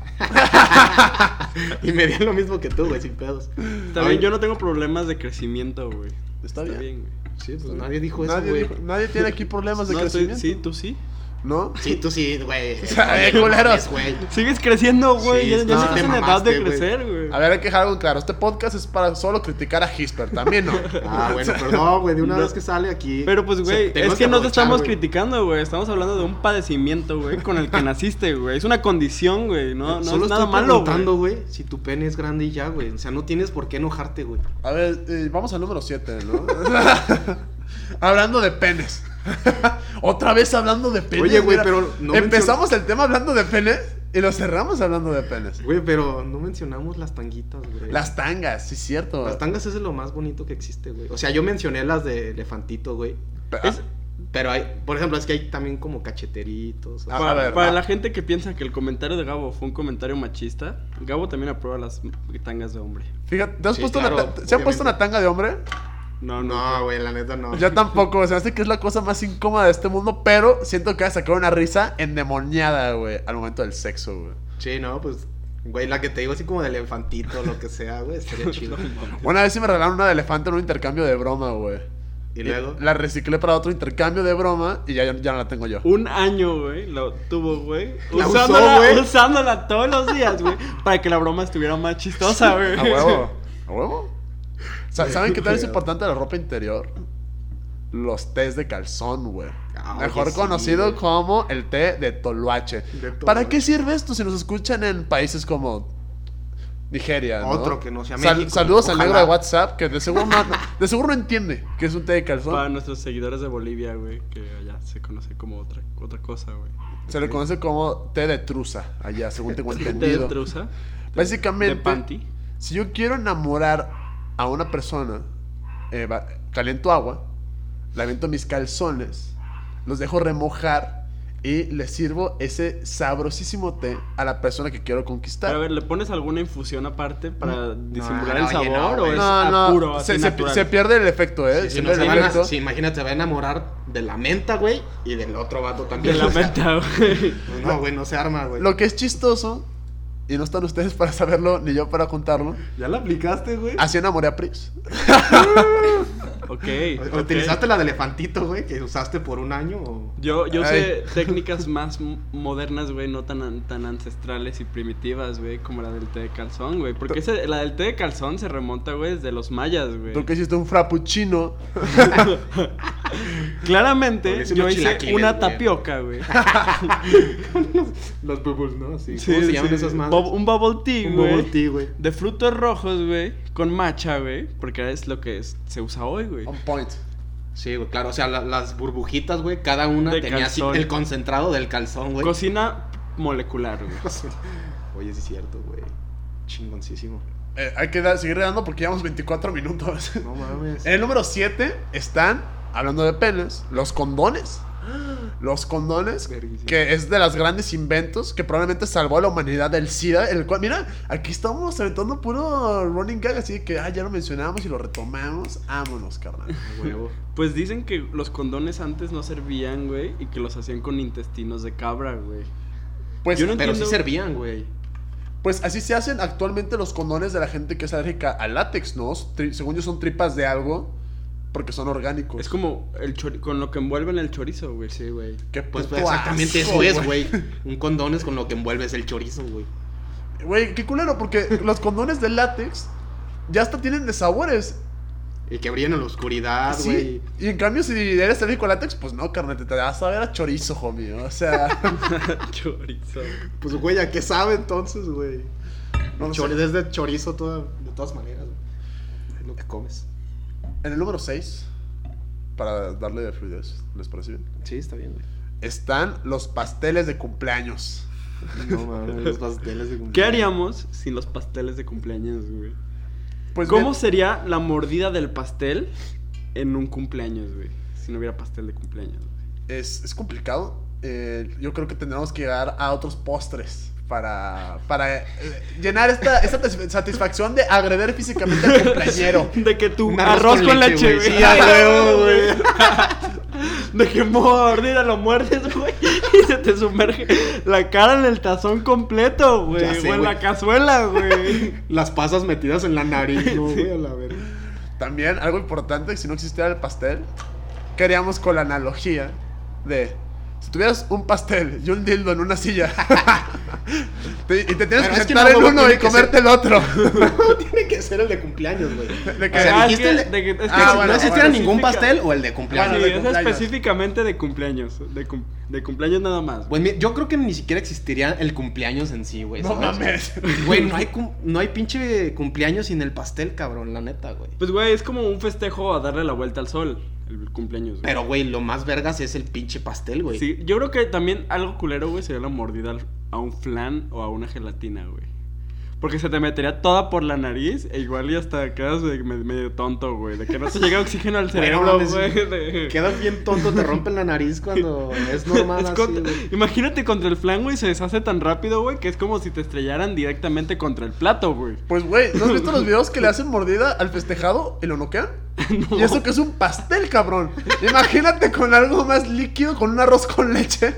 Speaker 5: Y me dio lo mismo que tú, güey, sin pedos.
Speaker 2: Está bien, yo no tengo problemas de crecimiento, güey.
Speaker 1: Está bien.
Speaker 2: güey.
Speaker 5: Sí, pues nadie dijo eso,
Speaker 1: Nadie,
Speaker 5: güey.
Speaker 1: dijo- nadie tiene aquí problemas de
Speaker 2: No, estoy-
Speaker 1: crecimiento.
Speaker 2: sí, tú sí.
Speaker 1: ¿No?
Speaker 5: Sí, tú sí, güey.
Speaker 1: sea, eh,
Speaker 5: No
Speaker 1: culeros.
Speaker 5: mames, güey.
Speaker 2: Sigues creciendo, güey.
Speaker 5: Sí,
Speaker 2: ya ya
Speaker 5: no,
Speaker 2: estás
Speaker 5: te
Speaker 2: en edad
Speaker 5: mamaste,
Speaker 2: de
Speaker 5: güey.
Speaker 2: crecer, güey.
Speaker 1: A ver, hay que dejar algo en claro. Este podcast es para solo criticar a Hisper, también no.
Speaker 5: Ah, bueno, pero no, güey, de una
Speaker 2: No.
Speaker 5: vez que sale aquí.
Speaker 2: Pero pues,
Speaker 5: o sea,
Speaker 2: güey,
Speaker 5: tenemos
Speaker 2: es que no te
Speaker 5: aprovechar,
Speaker 2: estamos
Speaker 5: güey.
Speaker 2: criticando, güey. Estamos hablando de un padecimiento, güey, con el que naciste, güey. Es una condición, güey. No, no
Speaker 5: Solo
Speaker 2: es nada
Speaker 5: estoy
Speaker 2: malo,
Speaker 5: preguntando,
Speaker 2: güey.
Speaker 5: güey, si tu pene es grande y ya, güey. O sea, no tienes por qué enojarte, güey.
Speaker 1: A ver, eh, vamos al número 7, ¿no? hablando de penes. Otra vez hablando de penes.
Speaker 5: Oye, güey,
Speaker 1: mira.
Speaker 5: pero no
Speaker 1: Empezamos el tema hablando de penes y lo cerramos hablando de penes.
Speaker 5: Güey, pero no mencionamos las tanguitas, güey.
Speaker 1: Las tangas, sí, cierto.
Speaker 5: Las tangas es lo más bonito que existe, güey. O sea, yo mencioné las de elefantito, güey.
Speaker 1: Pe-
Speaker 2: Es-
Speaker 5: Pero hay, por ejemplo, es que hay también como cacheteritos. o sea,
Speaker 1: Ah,
Speaker 2: Para,
Speaker 1: a ver,
Speaker 2: para
Speaker 1: va.
Speaker 2: la gente que piensa que el comentario de Gabo fue un comentario machista, Gabo también aprueba las tangas de hombre.
Speaker 1: Fíjate, ¿te has
Speaker 5: Sí,
Speaker 1: puesto
Speaker 5: claro,
Speaker 1: una ta- ¿se han puesto
Speaker 5: obviamente.
Speaker 1: una tanga de hombre?
Speaker 2: No, no.
Speaker 5: No, güey, la neta no.
Speaker 1: Pues Yo tampoco, se me hace que es la cosa más incómoda de este mundo, pero siento que va a sacar una risa endemoniada, güey, al momento del sexo, güey.
Speaker 5: Sí, no, pues, güey, la que te digo así como del elefantito, lo que sea, güey, estaría chido.
Speaker 1: Una vez sí me regalaron una de elefante en un intercambio de broma, güey.
Speaker 5: y luego,
Speaker 1: La reciclé para otro intercambio de broma y ya, ya no la tengo yo.
Speaker 2: Un año, güey, lo tuvo, güey.
Speaker 5: La usó,
Speaker 2: Usándola,
Speaker 5: güey.
Speaker 2: usándola todos los días, güey. para que la broma estuviera más chistosa, güey.
Speaker 1: A huevo. A huevo. Sa- ¿Saben qué tal es importante la ropa interior? Los tés de calzón, güey.
Speaker 5: Ah, oye,
Speaker 1: Mejor
Speaker 5: sí,
Speaker 1: conocido
Speaker 5: güey.
Speaker 1: como el té de toloache.
Speaker 5: De
Speaker 1: ¿Para
Speaker 5: toloache.
Speaker 1: qué sirve esto si nos escuchan en países como Nigeria? ¿no?
Speaker 5: Otro que no sea México.
Speaker 1: Saludos al
Speaker 5: Ojalá.
Speaker 1: negro de WhatsApp que de seguro no, no- de seguro no entiende que es un té de
Speaker 2: Para
Speaker 1: calzón.
Speaker 2: nuestros seguidores de Bolivia, güey, que allá se conoce como otra, otra cosa, güey.
Speaker 1: Se le conoce como té de truza allá, según tengo
Speaker 2: ¿De
Speaker 1: entendido.
Speaker 2: trusa?
Speaker 1: Básicamente-
Speaker 2: ¿De panty?
Speaker 1: Si yo quiero enamorar a una persona, eh, va- caliento agua, le aviento mis calzones, los dejo remojar y le sirvo ese sabrosísimo té a la persona que quiero
Speaker 2: Pero a
Speaker 1: conquistar.
Speaker 2: ver, ¿le pones alguna infusión aparte para disimular
Speaker 5: no,
Speaker 2: el
Speaker 5: oye, no,
Speaker 2: sabor o
Speaker 5: güey.
Speaker 2: es
Speaker 1: No, no,
Speaker 2: apuro, así
Speaker 1: se, se-
Speaker 2: natural?
Speaker 1: se pierde el efecto, ¿eh? Se
Speaker 5: Sí, si no,
Speaker 1: pierde
Speaker 5: se
Speaker 1: el
Speaker 5: van a-
Speaker 1: efecto.
Speaker 5: sí, imagínate, se va a enamorar de la menta, güey, y del otro vato
Speaker 2: De
Speaker 5: también.
Speaker 2: la
Speaker 5: o sea, pues,
Speaker 2: meta, güey.
Speaker 5: No, güey, no se arma, güey.
Speaker 1: Lo que es chistoso, y no están ustedes para saberlo ni yo para contarlo,
Speaker 5: ¿Ya la aplicaste, güey?
Speaker 1: así enamoré a Pris.
Speaker 2: Ok. ok.
Speaker 5: ¿Utilizaste la de elefantito, güey, que usaste por un año o...?
Speaker 2: Yo, yo sé técnicas más m- modernas, güey, no tan, an- tan ancestrales y primitivas, güey, como la del té de calzón, güey. Porque ese- la del té de calzón se remonta, güey, desde los mayas, güey.
Speaker 1: Tú que hiciste un frappuccino.
Speaker 2: Claramente,
Speaker 5: Porque son
Speaker 2: yo
Speaker 5: los
Speaker 2: hice
Speaker 5: chilaquiles,
Speaker 2: una
Speaker 5: güey.
Speaker 2: tapioca, güey.
Speaker 5: Los bubbles, ¿no? Sí.
Speaker 2: Sí,
Speaker 5: ¿Cómo se
Speaker 2: sí,
Speaker 5: llaman
Speaker 2: sí.
Speaker 5: esas madres?
Speaker 2: Bub- Un bubble tea,
Speaker 5: Un
Speaker 2: güey.
Speaker 5: bubble tea, güey.
Speaker 2: De frutos rojos, güey, con matcha, güey. Porque es lo que es- se usa hoy, güey.
Speaker 5: Oh,
Speaker 1: On point.
Speaker 5: Sí, güey, claro. O sea, la- las burbujitas, güey, cada una
Speaker 2: De
Speaker 5: tenía así
Speaker 2: calzón.
Speaker 5: el concentrado del calzón, güey.
Speaker 2: Cocina molecular, güey.
Speaker 5: Oye, sí es cierto, güey. Chingoncísimo.
Speaker 1: Eh, hay que dar- seguir dando porque llevamos 24 minutos.
Speaker 5: No mames.
Speaker 2: Eh.
Speaker 1: En el número 7 están, hablando de penes, los condones. Los condones,
Speaker 5: Verguísima.
Speaker 1: que es de los grandes inventos que probablemente salvó a la humanidad del SIDA. El cual, mira, aquí estamos aventando puro running gag, así que ah, ya lo mencionamos y lo retomamos. Vámonos, carnal.
Speaker 5: Huevo.
Speaker 2: Pues dicen que los condones antes no servían, güey, y que los hacían con intestinos de cabra, güey.
Speaker 1: Pues,
Speaker 2: Yo no
Speaker 5: Pero sí
Speaker 2: entiendo-
Speaker 5: servían, güey.
Speaker 1: pues así se hacen actualmente los condones de la gente que es alérgica al látex, ¿no? Tri- según yo son tripas de algo porque son orgánicos.
Speaker 2: Es como el chori- con lo que envuelven el chorizo, güey.
Speaker 5: Pues Sí, güey.
Speaker 1: Qué
Speaker 5: Pues,
Speaker 1: puto
Speaker 5: exactamente
Speaker 1: asco,
Speaker 5: eso es, güey. Un condón es con lo que envuelves el chorizo, güey.
Speaker 1: Güey, qué culero, porque los condones de látex ya hasta tienen de sabores.
Speaker 5: Y que brillan en la oscuridad,
Speaker 1: Sí,
Speaker 5: Ah, güey.
Speaker 1: Y en cambio, si eres alérgico al látex, pues no, carnal, te, te vas a ver a chorizo, homie. O sea,
Speaker 2: chorizo.
Speaker 5: Pues, güey, ¿a qué sabe entonces, güey?
Speaker 1: No lo
Speaker 5: Chori-
Speaker 1: sé.
Speaker 5: Es de chorizo toda- de todas maneras, güey. Es lo que comes.
Speaker 1: en el número 6, para darle fluidez, ¿les parece bien?
Speaker 5: Sí, está bien, güey.
Speaker 1: Están los pasteles de cumpleaños.
Speaker 5: No mames, los pasteles de cumpleaños.
Speaker 2: ¿Qué haríamos sin los pasteles de cumpleaños, güey?
Speaker 1: Pues
Speaker 2: ¿Cómo
Speaker 1: bien,
Speaker 2: sería la mordida del pastel en un cumpleaños, güey? Si no hubiera pastel de cumpleaños. güey.
Speaker 1: es, es complicado. Eh, yo creo que tendremos que llegar a otros postres para, para eh, llenar esta, esta satisf- satisfacción de agreder físicamente al cumpleañero.
Speaker 2: De que tu
Speaker 5: Un
Speaker 2: arroz con leche, güey.
Speaker 5: Sí, a huevo, güey.
Speaker 2: De que mordida lo muerdes, güey. Y se te sumerge la cara en el tazón completo, güey.
Speaker 5: Ya sé,
Speaker 2: o en
Speaker 5: güey.
Speaker 2: la cazuela, güey.
Speaker 5: Las pasas metidas en la nariz, no, güey, a la verga.
Speaker 1: También algo importante, si no existiera el pastel, queríamos con la analogía de si tuvieras un pastel y un dildo en una silla te- y te tienes
Speaker 5: Pero
Speaker 1: que
Speaker 5: es que
Speaker 1: sentar
Speaker 5: no,
Speaker 1: en
Speaker 5: no,
Speaker 1: uno
Speaker 5: tiene
Speaker 1: y
Speaker 5: que
Speaker 1: comerte el otro.
Speaker 5: Tiene que ser el de cumpleaños, güey.
Speaker 1: De que-
Speaker 5: O sea,
Speaker 2: Ah,
Speaker 5: dijiste
Speaker 2: es que-
Speaker 5: el de-
Speaker 2: de que- es que
Speaker 1: Ah,
Speaker 5: Ah,
Speaker 2: si
Speaker 1: bueno,
Speaker 5: no existiera
Speaker 1: bueno,
Speaker 5: ningún
Speaker 2: especifica-
Speaker 5: pastel o el de
Speaker 1: Bueno,
Speaker 5: cumpleaños.
Speaker 2: Sí,
Speaker 1: de
Speaker 2: es
Speaker 1: cumpleaños.
Speaker 2: específicamente de cumpleaños. De, cum- de cumpleaños nada más. güey.
Speaker 5: Pues mi- yo creo que ni siquiera existiría el cumpleaños en sí, güey.
Speaker 1: no
Speaker 5: ¿sabes?
Speaker 1: mames.
Speaker 5: Güey, no hay, cum- no hay pinche cumpleaños sin el pastel, cabrón, la neta, güey.
Speaker 2: Pues, güey, es como un festejo a darle la vuelta al sol. El cumpleaños, güey.
Speaker 5: Pero, güey, lo más vergas es el pinche pastel, güey.
Speaker 2: Sí, yo creo que también algo culero, güey, sería la mordida al- a un flan o a una gelatina, güey. Porque se te metería toda por la nariz e igual y hasta quedas de- me- medio tonto, güey. De que no se llega oxígeno al
Speaker 5: Güey, no
Speaker 2: cerebro,
Speaker 5: mames,
Speaker 2: güey. de-
Speaker 5: Quedas bien tonto, te rompen la nariz cuando es normal
Speaker 2: Es
Speaker 5: así,
Speaker 2: contra-
Speaker 5: güey.
Speaker 2: Imagínate contra el flan, güey, se deshace tan rápido, güey, que es como si te estrellaran directamente contra el plato, güey.
Speaker 1: Pues güey, ¿no has visto los videos que le hacen mordida al festejado y lo noquean? Y eso que es un pastel, cabrón. Imagínate con algo más líquido, con un arroz con leche.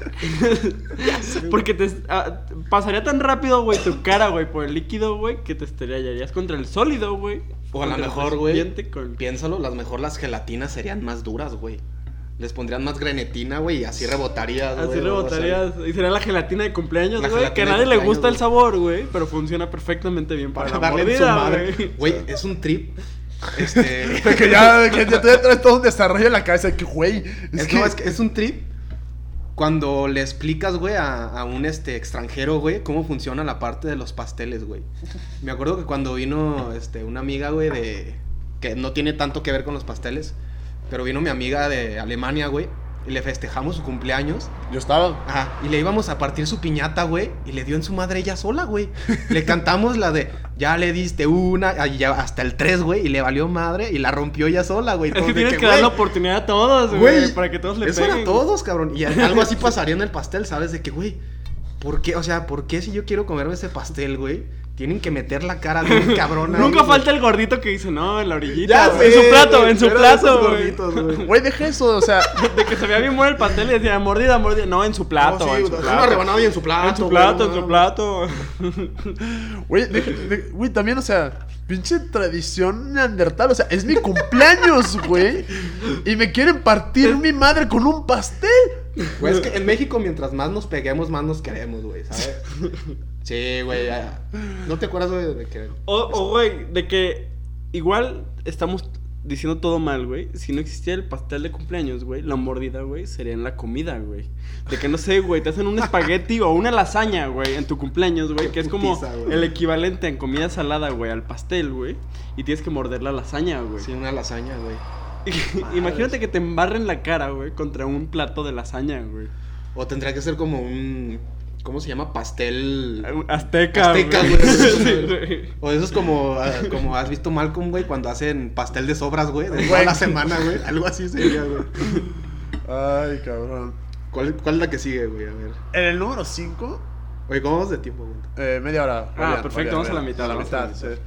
Speaker 2: Porque te ah, pasaría tan rápido, güey, tu cara, güey, por el líquido, güey, que te estrellarías contra el sólido, güey.
Speaker 5: O a lo
Speaker 2: Contra el
Speaker 5: mejor, güey,
Speaker 2: recipiente con-
Speaker 5: piénsalo, las mejor las gelatinas serían más duras, güey. Les pondrían más grenetina, güey, y así rebotarías, güey.
Speaker 2: Así
Speaker 5: o sea,
Speaker 2: rebotarías. Y sería la gelatina de cumpleaños,
Speaker 5: La
Speaker 2: güey. Que a
Speaker 5: gelatina de
Speaker 2: nadie le
Speaker 5: cumpleaños,
Speaker 2: gusta el
Speaker 5: güey.
Speaker 2: sabor, güey. Pero funciona perfectamente bien para,
Speaker 5: Para
Speaker 2: la
Speaker 5: darle en su
Speaker 2: mordida,
Speaker 5: madre.
Speaker 2: güey.
Speaker 5: Güey, es un trip. Este...
Speaker 1: De que ya, que ya tú ya traes todo un desarrollo en la cabeza. de Que güey, es
Speaker 5: Es,
Speaker 1: que-
Speaker 5: no, es que es un trip cuando le explicas, güey, a, a un este extranjero, güey, cómo funciona la parte de los pasteles, güey. Me acuerdo que cuando vino este, una amiga, güey, de. que no tiene tanto que ver con los pasteles, pero vino mi amiga de Alemania, güey, y le festejamos su cumpleaños.
Speaker 1: yo estaba.
Speaker 5: Ajá, y le íbamos a partir su piñata, güey, y le dio en su madre ella sola, güey. Le cantamos la de, ya le diste una, ay, ya hasta el tres, güey, y le valió madre, y la rompió ella sola, güey.
Speaker 2: Es
Speaker 5: Todos
Speaker 2: que
Speaker 5: de
Speaker 2: tienes que,
Speaker 5: güey,
Speaker 2: dar la oportunidad a todos, güey. Para que todos le
Speaker 5: eso
Speaker 2: peguen.
Speaker 5: era todos, cabrón. Y algo así pasaría en el pastel, ¿sabes? De que, güey, ¿por qué? O sea, ¿por qué si yo quiero comerme ese pastel, güey? Tienen que meter la cara de un cabrón ahí,
Speaker 2: Nunca
Speaker 5: güey.
Speaker 2: falta el gordito que dice, no, en la orillita.
Speaker 5: Ya
Speaker 2: güey,
Speaker 5: sé,
Speaker 2: en su plato,
Speaker 5: güey,
Speaker 2: en su
Speaker 5: pero de
Speaker 2: plato,
Speaker 5: esos
Speaker 2: güey.
Speaker 5: gorditos, güey.
Speaker 1: Güey, deja eso, o sea,
Speaker 2: De que se veía bien muerto el pastel y decía, mordida, mordida. No, en su plato,
Speaker 5: No, sí,
Speaker 2: en su
Speaker 5: una
Speaker 2: plato.
Speaker 5: rebanada y en su plato.
Speaker 2: En su
Speaker 5: güey,
Speaker 2: plato,
Speaker 5: no
Speaker 2: en su
Speaker 5: mames.
Speaker 2: plato.
Speaker 1: güey, deja- de- güey, también, o sea, pinche tradición neandertal, o sea, es mi cumpleaños, güey, y me quieren partir mi madre con un pastel.
Speaker 5: Güey, es que en México, mientras más nos peguemos, más nos queremos, güey, ¿sabes? Sí, güey, ya. ¿No te acuerdas, güey, de que
Speaker 2: O, o, güey, de que igual estamos diciendo todo mal, güey. Si no existiera el pastel de cumpleaños, güey, la mordida, güey, sería en la comida, güey. De que no sé, güey, te hacen un espagueti o una lasaña, güey, en tu cumpleaños, güey,
Speaker 5: Qué
Speaker 2: que es
Speaker 5: putiza,
Speaker 2: como
Speaker 5: güey.
Speaker 2: el equivalente en comida salada, güey, al pastel, güey. Y tienes que morder la lasaña, güey.
Speaker 5: Sí, una lasaña, güey.
Speaker 2: Imagínate que te embarren la cara, güey, contra un plato de lasaña, güey.
Speaker 5: O tendría que ser como un. ¿Cómo se llama? Pastel.
Speaker 2: Azteca,
Speaker 5: Azteca,
Speaker 2: güey.
Speaker 5: güey.
Speaker 2: Sí, güey.
Speaker 5: O eso es como, ah, como has visto Malcolm, güey, cuando hacen pastel de sobras, güey, de toda
Speaker 1: Güey.
Speaker 5: la semana, güey. Algo así sería, güey.
Speaker 1: Ay, cabrón.
Speaker 5: ¿Cuál, cuál es la que sigue, güey? A ver.
Speaker 1: En el número 5,
Speaker 5: Oye, ¿cómo vamos de tiempo, güey?
Speaker 1: eh, media hora.
Speaker 2: Ah, perfecto, vamos a la mitad,
Speaker 1: A la
Speaker 2: vamos a la
Speaker 1: mitad,
Speaker 2: mitad.
Speaker 1: sí.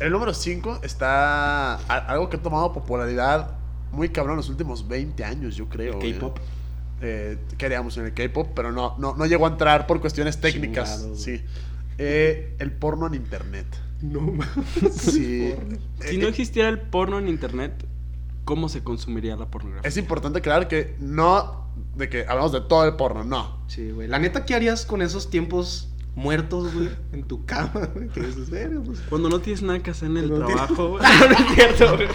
Speaker 1: En el número 5 está a- algo que ha tomado popularidad muy cabrón en los últimos 20 años, yo creo. güey.
Speaker 5: K-pop.
Speaker 1: eh, queríamos en el K-pop, pero no, no, no llegó a entrar por cuestiones técnicas.
Speaker 5: Chingado.
Speaker 1: Sí. Eh, el porno en internet.
Speaker 5: No, mames.
Speaker 1: Sí. Eh,
Speaker 2: Si no existiera el porno en internet, cómo se consumiría la pornografía.
Speaker 1: Es importante aclarar que no de que hablamos de todo el porno, no.
Speaker 5: Sí, güey. La neta, ¿qué harías con esos tiempos muertos, güey? En tu cama, güey. Que dices, "Verga, pues,
Speaker 2: Cuando no tienes nada que hacer en el
Speaker 5: No tienes-
Speaker 2: trabajo, güey. no es cierto, güey.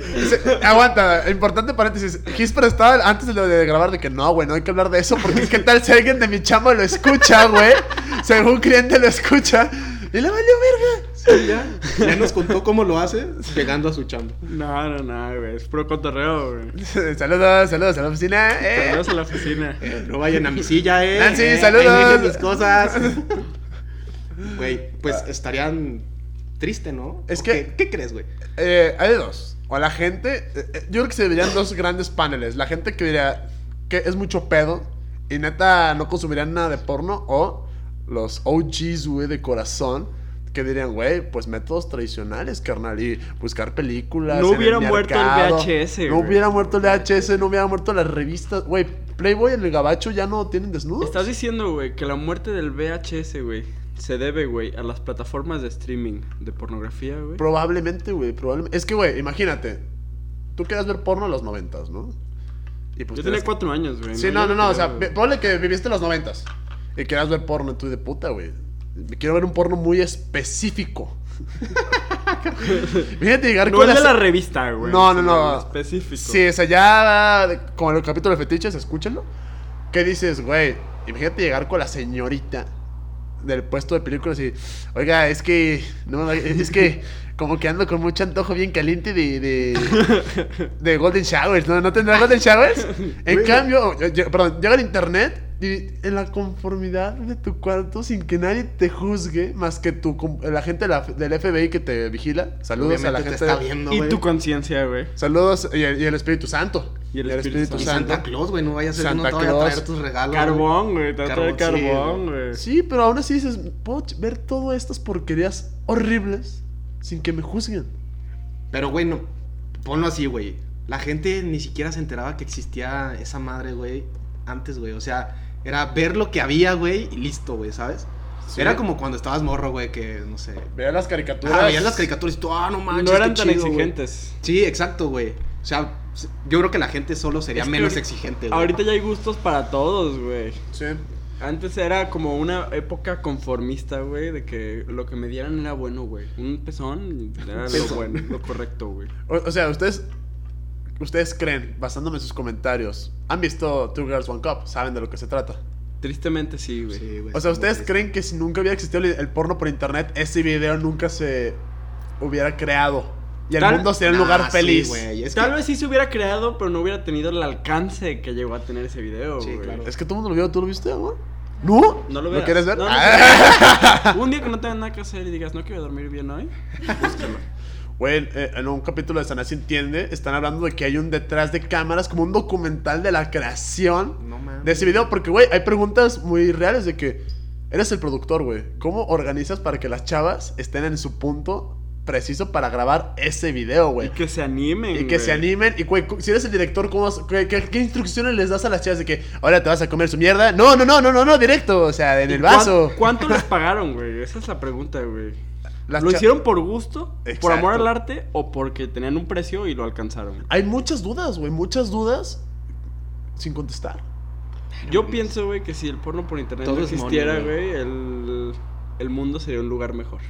Speaker 1: Dice, aguanta, importante paréntesis. Gisper estaba antes de, lo de grabar de que no, güey, no hay que hablar de eso porque qué tal si alguien de mi chamba lo escucha, güey. Según cliente lo escucha. Y le valió verga.
Speaker 5: sí, ya. Ya nos contó cómo lo hace llegando a su chamba.
Speaker 2: No, no, no, güey. Es puro cotorreo, güey.
Speaker 1: Saludos, saludos a la oficina. eh.
Speaker 2: Saludos a la oficina.
Speaker 5: Eh, no vayan a mi silla, eh.
Speaker 1: Nancy,
Speaker 5: Eh, ahí
Speaker 1: saludos.
Speaker 5: vienen mis cosas. Güey, pues estarían triste, ¿no?
Speaker 1: Es
Speaker 5: ¿O
Speaker 1: que-
Speaker 5: qué- ¿Qué crees, güey?
Speaker 1: Eh, hay de dos. O la gente. eh, eh, yo creo que se verían dos grandes paneles. La gente que diría que es mucho pedo y neta no consumirían nada de porno. O los OGs, güey, de corazón. Que dirían, güey, pues métodos tradicionales, carnal. Y buscar películas.
Speaker 2: No
Speaker 1: en el
Speaker 2: hubiera muerto el
Speaker 1: mercado.
Speaker 2: VHS,
Speaker 1: No
Speaker 2: güey.
Speaker 1: hubiera muerto el VHS, no hubiera muerto las revistas. Güey, Playboy en el gabacho ya no tienen desnudos.
Speaker 2: Estás diciendo, güey, que la muerte del VHS, güey, se debe, güey, a las plataformas de streaming de pornografía, güey.
Speaker 1: Probablemente, güey. probablemente. Es que, güey, imagínate. Tú querías ver porno en los noventas, ¿no? Y pues
Speaker 2: Yo
Speaker 1: tienes
Speaker 2: tenía
Speaker 1: que-
Speaker 2: cuatro años, güey.
Speaker 1: Sí, no,
Speaker 2: Yo
Speaker 1: no, no, o
Speaker 2: creo,
Speaker 1: sea,
Speaker 2: güey.
Speaker 1: ve- ponle que viviste los noventas y quieras ver porno tú de puta, güey. Quiero ver un porno muy específico. Fíjate llegar
Speaker 2: No
Speaker 1: con
Speaker 2: es de
Speaker 1: las-
Speaker 2: la revista, güey.
Speaker 1: No, no,
Speaker 2: sino
Speaker 1: no.
Speaker 2: en Específico.
Speaker 1: Sí, o sea, ya de- como en el capítulo de fetiches, escúchenlo. ¿Qué dices, güey? Imagínate llegar con la señorita del puesto de películas y, oiga, es que, no, es que como que ando con mucho antojo bien caliente de, de, de Golden Showers, ¿no? ¿No tendrá Golden Showers? En cambio, yo- yo- perdón, llega el internet y en la conformidad de tu cuarto sin que nadie te juzgue más que tu, com- la gente de la- del FBI que te vigila. Saludos a la
Speaker 5: Obviamente
Speaker 1: gente.
Speaker 5: te está viendo,
Speaker 2: y
Speaker 5: güey.
Speaker 2: tu conciencia, güey.
Speaker 1: Saludos y el, y el Espíritu Santo.
Speaker 2: Y el Espíritu
Speaker 5: Y
Speaker 2: Santo.
Speaker 5: Santa Claus, güey, no vayas a ser que
Speaker 1: Santa
Speaker 5: no te vaya a traer
Speaker 1: Claus.
Speaker 5: tus regalos.
Speaker 2: Carbón, güey. Te va a traer
Speaker 5: Carbón, sí,
Speaker 2: carbón,
Speaker 5: güey.
Speaker 2: güey.
Speaker 1: Sí, pero aún así dices, puedo ch- ver todas estas porquerías horribles sin que me juzguen.
Speaker 5: Pero, güey, no. Ponlo así, güey. La gente ni siquiera se enteraba que existía esa madre, güey, antes, güey. O sea, era ver lo que había, güey, y listo, güey, ¿sabes?
Speaker 1: Sí.
Speaker 5: Era como cuando estabas morro, güey, que, no sé.
Speaker 1: Vean las caricaturas.
Speaker 5: Ah, veías las caricaturas y tú, ah, no manches.
Speaker 2: no
Speaker 5: qué
Speaker 2: eran tan
Speaker 5: chido, güey".
Speaker 2: exigentes.
Speaker 5: Sí, exacto, güey. O sea, s- yo creo que la gente solo sería
Speaker 2: Es que
Speaker 5: menos
Speaker 2: ahorita-
Speaker 5: exigente, güey.
Speaker 2: Ahorita ya hay gustos para todos, güey.
Speaker 1: Sí.
Speaker 2: Antes era como una época conformista, güey, de que lo que me dieran era bueno, güey. Un pezón era lo
Speaker 5: Pezón.
Speaker 2: bueno, lo correcto, güey.
Speaker 1: O, o sea, ustedes. Ustedes creen, basándome en sus comentarios, han visto Two Girls One Cup, saben de lo que se trata.
Speaker 2: Tristemente sí, güey.
Speaker 5: Sí, güey,
Speaker 1: O sea,
Speaker 5: es muy
Speaker 1: ustedes
Speaker 5: triste.
Speaker 1: creen que si nunca hubiera existido el, el porno por internet, ese video nunca se hubiera creado. Y el
Speaker 2: Tal-
Speaker 1: mundo sería un
Speaker 5: Nah,
Speaker 1: lugar
Speaker 5: sí,
Speaker 1: feliz.
Speaker 5: güey, es
Speaker 2: Tal
Speaker 5: que-
Speaker 2: vez sí se hubiera creado, pero no hubiera tenido el alcance que llegó a tener ese video,
Speaker 5: Sí,
Speaker 2: güey.
Speaker 5: claro.
Speaker 1: es que todo el mundo lo vio, ¿tú lo viste, amor? ¿No?
Speaker 2: No lo veas.
Speaker 1: quieres ver?
Speaker 2: No, no,
Speaker 1: Ah.
Speaker 2: Un día que no tengas nada que hacer y digas, no quiero dormir bien hoy.
Speaker 1: Güey, eh, en un capítulo de Sanás Entiende, están hablando de que hay un detrás de cámaras, como un documental de la creación
Speaker 5: No mames.
Speaker 1: de ese video. Porque, güey, hay preguntas muy reales de que eres el productor, güey. ¿Cómo organizas para que las chavas estén en su punto preciso para grabar ese video,
Speaker 2: Y
Speaker 1: güey?
Speaker 2: que se animen.
Speaker 1: Y que se
Speaker 2: güey.
Speaker 1: animen. Y, güey, cu- si eres el director, ¿cómo vas- qué, qué- qué instrucciones les das a las chavas de que ahora te vas a comer su mierda? No, no, no, no, no, no, directo. O sea, en
Speaker 2: ¿Y
Speaker 1: el vaso.
Speaker 2: cuán- ¿Cuánto les pagaron, güey? Esa es la pregunta, güey.
Speaker 1: Las
Speaker 2: ¿Lo
Speaker 1: cha-
Speaker 2: hicieron por gusto, por
Speaker 1: Exacto.
Speaker 2: amor al arte o porque tenían un precio y lo alcanzaron?
Speaker 1: Hay muchas dudas, güey, muchas dudas sin contestar.
Speaker 2: Yo pienso, güey, que si el porno por internet
Speaker 5: Todo
Speaker 2: no
Speaker 5: es money,
Speaker 2: existiera,
Speaker 5: güey.
Speaker 2: güey, el, el mundo sería un lugar mejor.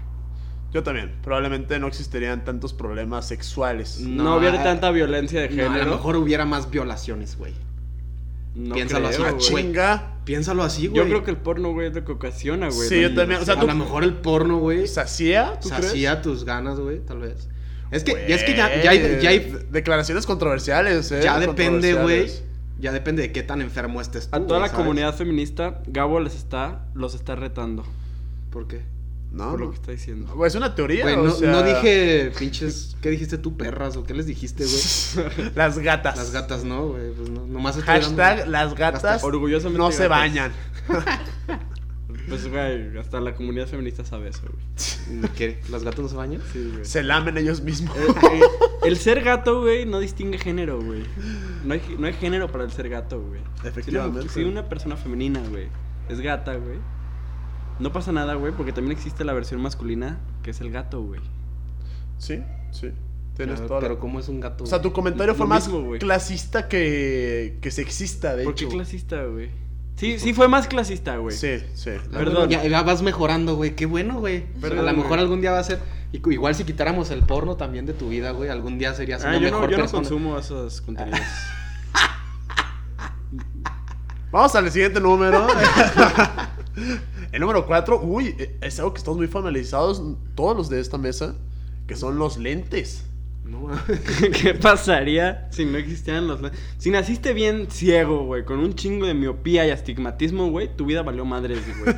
Speaker 1: Yo también. Probablemente no existirían tantos problemas sexuales.
Speaker 5: Mm.
Speaker 2: No,
Speaker 5: No,
Speaker 2: hubiera
Speaker 5: eh,
Speaker 2: tanta violencia de
Speaker 5: No,
Speaker 2: género.
Speaker 5: a lo mejor hubiera más violaciones, güey.
Speaker 2: No
Speaker 5: piénsalo así,
Speaker 2: creo,
Speaker 5: ah,
Speaker 2: güey.
Speaker 5: ching-
Speaker 1: Chinga.
Speaker 5: Piénsalo así, güey.
Speaker 2: Yo creo que el porno, güey, es lo que ocasiona, güey.
Speaker 1: Sí, yo
Speaker 2: la
Speaker 1: también, o sea,
Speaker 5: a
Speaker 1: tú-
Speaker 5: lo mejor el porno, güey,
Speaker 1: ¿Sacía? ¿Tú
Speaker 5: sacía tus ganas, güey, tal vez. Es que,
Speaker 1: crees?
Speaker 5: ya es que ya, ya hay,
Speaker 1: Güey,
Speaker 5: ya hay-
Speaker 1: de- declaraciones controversiales, eh.
Speaker 5: ya depende, güey.
Speaker 1: controversiales.
Speaker 5: Ya depende de qué tan enfermo estés tú,
Speaker 2: A toda
Speaker 5: güey,
Speaker 2: la
Speaker 5: ¿sabes?
Speaker 2: comunidad feminista, Gabo les está, los está retando
Speaker 5: ¿Por qué?
Speaker 1: No,
Speaker 5: Ah,
Speaker 2: por lo
Speaker 1: no.
Speaker 2: que está diciendo.
Speaker 1: Güey, es una teoría,
Speaker 5: Güey,
Speaker 1: o
Speaker 5: no,
Speaker 1: sea,
Speaker 5: no dije pinches. ¿Qué dijiste tú, perras? ¿O qué les dijiste, güey?
Speaker 1: Las gatas.
Speaker 5: Las gatas, ¿no, güey? Pues no, nomás estoy
Speaker 1: Hashtag
Speaker 5: hablando-
Speaker 1: las gatas
Speaker 5: Hashtag
Speaker 2: orgullosamente
Speaker 1: no se
Speaker 2: gatas.
Speaker 1: bañan.
Speaker 2: Pues, güey, hasta la comunidad feminista sabe eso, güey.
Speaker 5: ¿Qué? ¿Las gatas no se bañan?
Speaker 2: Sí, güey.
Speaker 1: Se lamen ellos mismos.
Speaker 2: Eh, El ser gato, güey, no distingue género, güey. No hay, no hay género para el ser gato, güey. Si una-
Speaker 1: Efectivamente.
Speaker 2: Si una, persona femenina, güey, es gata, güey, no pasa nada, güey, porque también existe la versión masculina, que es el gato, güey.
Speaker 1: sí, sí. Tienes
Speaker 5: Pero-
Speaker 1: toda la-
Speaker 5: Pero ¿cómo es un gato?
Speaker 1: O sea, tu
Speaker 5: güey?
Speaker 1: comentario
Speaker 2: Lo
Speaker 1: fue más
Speaker 2: mismo, güey.
Speaker 1: clasista que, que sexista, de
Speaker 2: ¿Por
Speaker 1: hecho.
Speaker 2: qué clasista, güey? Sí, sí fue más clasista, güey.
Speaker 1: Sí, sí.
Speaker 5: Ah,
Speaker 2: Perdón.
Speaker 5: bueno, Ya, ya vas mejorando, güey. Qué bueno, güey.
Speaker 2: Perdón,
Speaker 5: a lo
Speaker 2: güey.
Speaker 5: mejor algún día va a ser. y- Igual si quitáramos el porno también de tu vida, güey. Algún día serías
Speaker 2: Ah,
Speaker 5: una
Speaker 2: yo no,
Speaker 5: mejor
Speaker 2: yo no
Speaker 5: persona.
Speaker 2: consumo esos contenidos.
Speaker 1: Vamos al siguiente número. El número 4, uy, eh, es algo que estamos muy familiarizados todos los de esta mesa, que son los lentes.
Speaker 5: No, mames.
Speaker 2: ¿Qué pasaría si no existieran los lentes? Si naciste bien ciego, güey, con un chingo de miopía y astigmatismo, güey, tu vida valió madres, güey.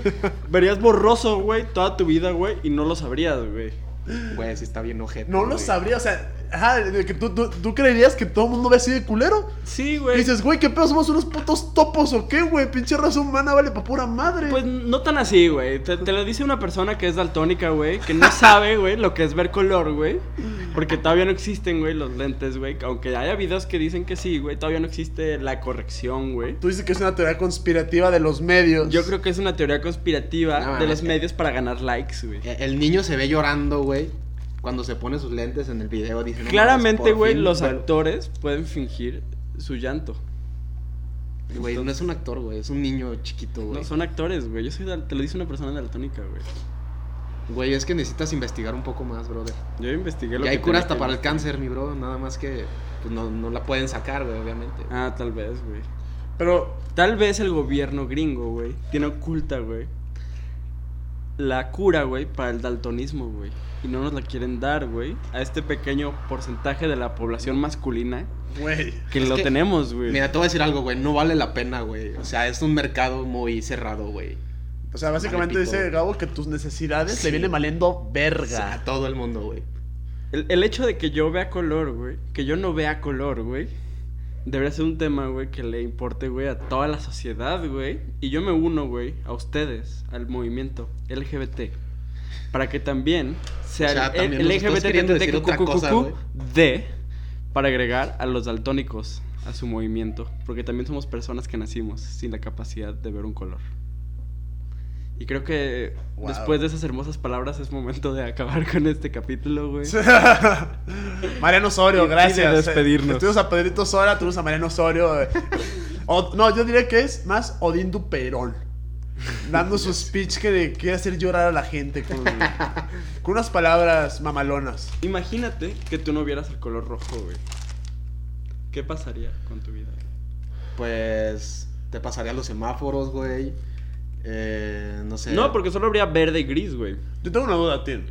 Speaker 2: Verías borroso, güey, toda tu vida, güey, y no lo sabrías, güey.
Speaker 5: Güey, sí está bien ojete.
Speaker 1: No lo
Speaker 5: güey.
Speaker 1: sabría, o sea, ajá, de que tú, tú- tú creerías que todo el mundo ve así de culero.
Speaker 2: Sí,
Speaker 1: Y
Speaker 2: güey.
Speaker 1: dices, güey, ¿qué pedo? ¿Somos unos putos topos o qué, güey? Pinche raza humana vale pa' pura madre.
Speaker 2: Pues no tan así, güey. Te, te lo dice una persona que es daltónica, güey, que no sabe, güey, lo que es ver color, güey. Porque todavía no existen, güey, los lentes, güey. Aunque haya videos que dicen que sí, güey, todavía no existe la corrección, güey.
Speaker 1: Tú dices que es una teoría conspirativa de los medios.
Speaker 2: Yo creo que es una teoría conspirativa
Speaker 5: No,
Speaker 2: de los
Speaker 5: es que-
Speaker 2: medios para ganar likes, güey.
Speaker 5: Eh, El niño se ve llorando, güey. Cuando se pone sus lentes en el video, dice. "No mames,
Speaker 2: Claramente,
Speaker 5: por
Speaker 2: güey,
Speaker 5: fin
Speaker 2: los
Speaker 5: vuel-
Speaker 2: actores pueden fingir su llanto.
Speaker 5: Güey, no es un actor, güey. Es un niño chiquito, güey.
Speaker 2: No son actores, güey. Yo soy dal- te lo dice una persona daltónica, güey.
Speaker 5: Güey, es que necesitas investigar un poco más, brother.
Speaker 2: Yo investigué lo
Speaker 5: Y
Speaker 2: que
Speaker 5: hay cura
Speaker 2: tenía
Speaker 5: hasta
Speaker 2: que
Speaker 5: para el cáncer, mi bro. Nada más que pues, no, no la pueden sacar, güey, obviamente.
Speaker 2: Ah, tal vez, güey.
Speaker 1: Pero
Speaker 2: Tal vez el gobierno gringo, güey, tiene oculta, güey, la cura, güey, para el daltonismo, güey. Y no nos la quieren dar, güey, a este pequeño porcentaje de la población masculina
Speaker 1: Güey.
Speaker 2: que
Speaker 5: Es
Speaker 2: lo
Speaker 5: que-
Speaker 2: tenemos, güey.
Speaker 5: Mira, te voy a decir algo, güey. No vale la pena, güey. O sea, es un mercado muy cerrado, güey.
Speaker 1: O sea, básicamente
Speaker 5: Vale, pito.
Speaker 1: dice Gabo que tus necesidades
Speaker 5: Sí.
Speaker 1: le vienen valiendo
Speaker 5: O sea,
Speaker 1: verga.
Speaker 5: a todo el mundo, güey.
Speaker 2: El, el hecho de que yo vea color, güey, que yo no vea color, güey, debería ser un tema, güey, que le importe, güey, a toda la sociedad, güey. Y yo me uno, güey, a ustedes, al movimiento LGBT, para que también sea
Speaker 5: O sea,
Speaker 2: el-
Speaker 5: también
Speaker 2: el,
Speaker 5: nos estás queriendo decir otra cosa, güey.
Speaker 2: LGBTQQQD para agregar a los daltónicos a su movimiento, porque también somos personas que nacimos sin la capacidad de ver un color. Y creo que
Speaker 1: Wow.
Speaker 2: después de esas hermosas palabras es momento de acabar con este capítulo, güey.
Speaker 1: Mariano Osorio,
Speaker 2: Y- y de
Speaker 1: gracias.
Speaker 2: despedirnos.
Speaker 1: Tuvimos a Pedrito Sora, tuvimos a Mariano Osorio. eh. O- no, yo diría que es más Odín Duperón. Dando su speech que de- quiere hacer llorar a la gente con, con unas palabras mamalonas.
Speaker 2: Imagínate que tú no vieras el color rojo, güey. ¿Qué pasaría con tu vida?
Speaker 5: Pues te pasaría los semáforos, güey. Eh, no sé.
Speaker 2: No, porque solo habría verde y gris, güey.
Speaker 1: Yo tengo una duda, Tim.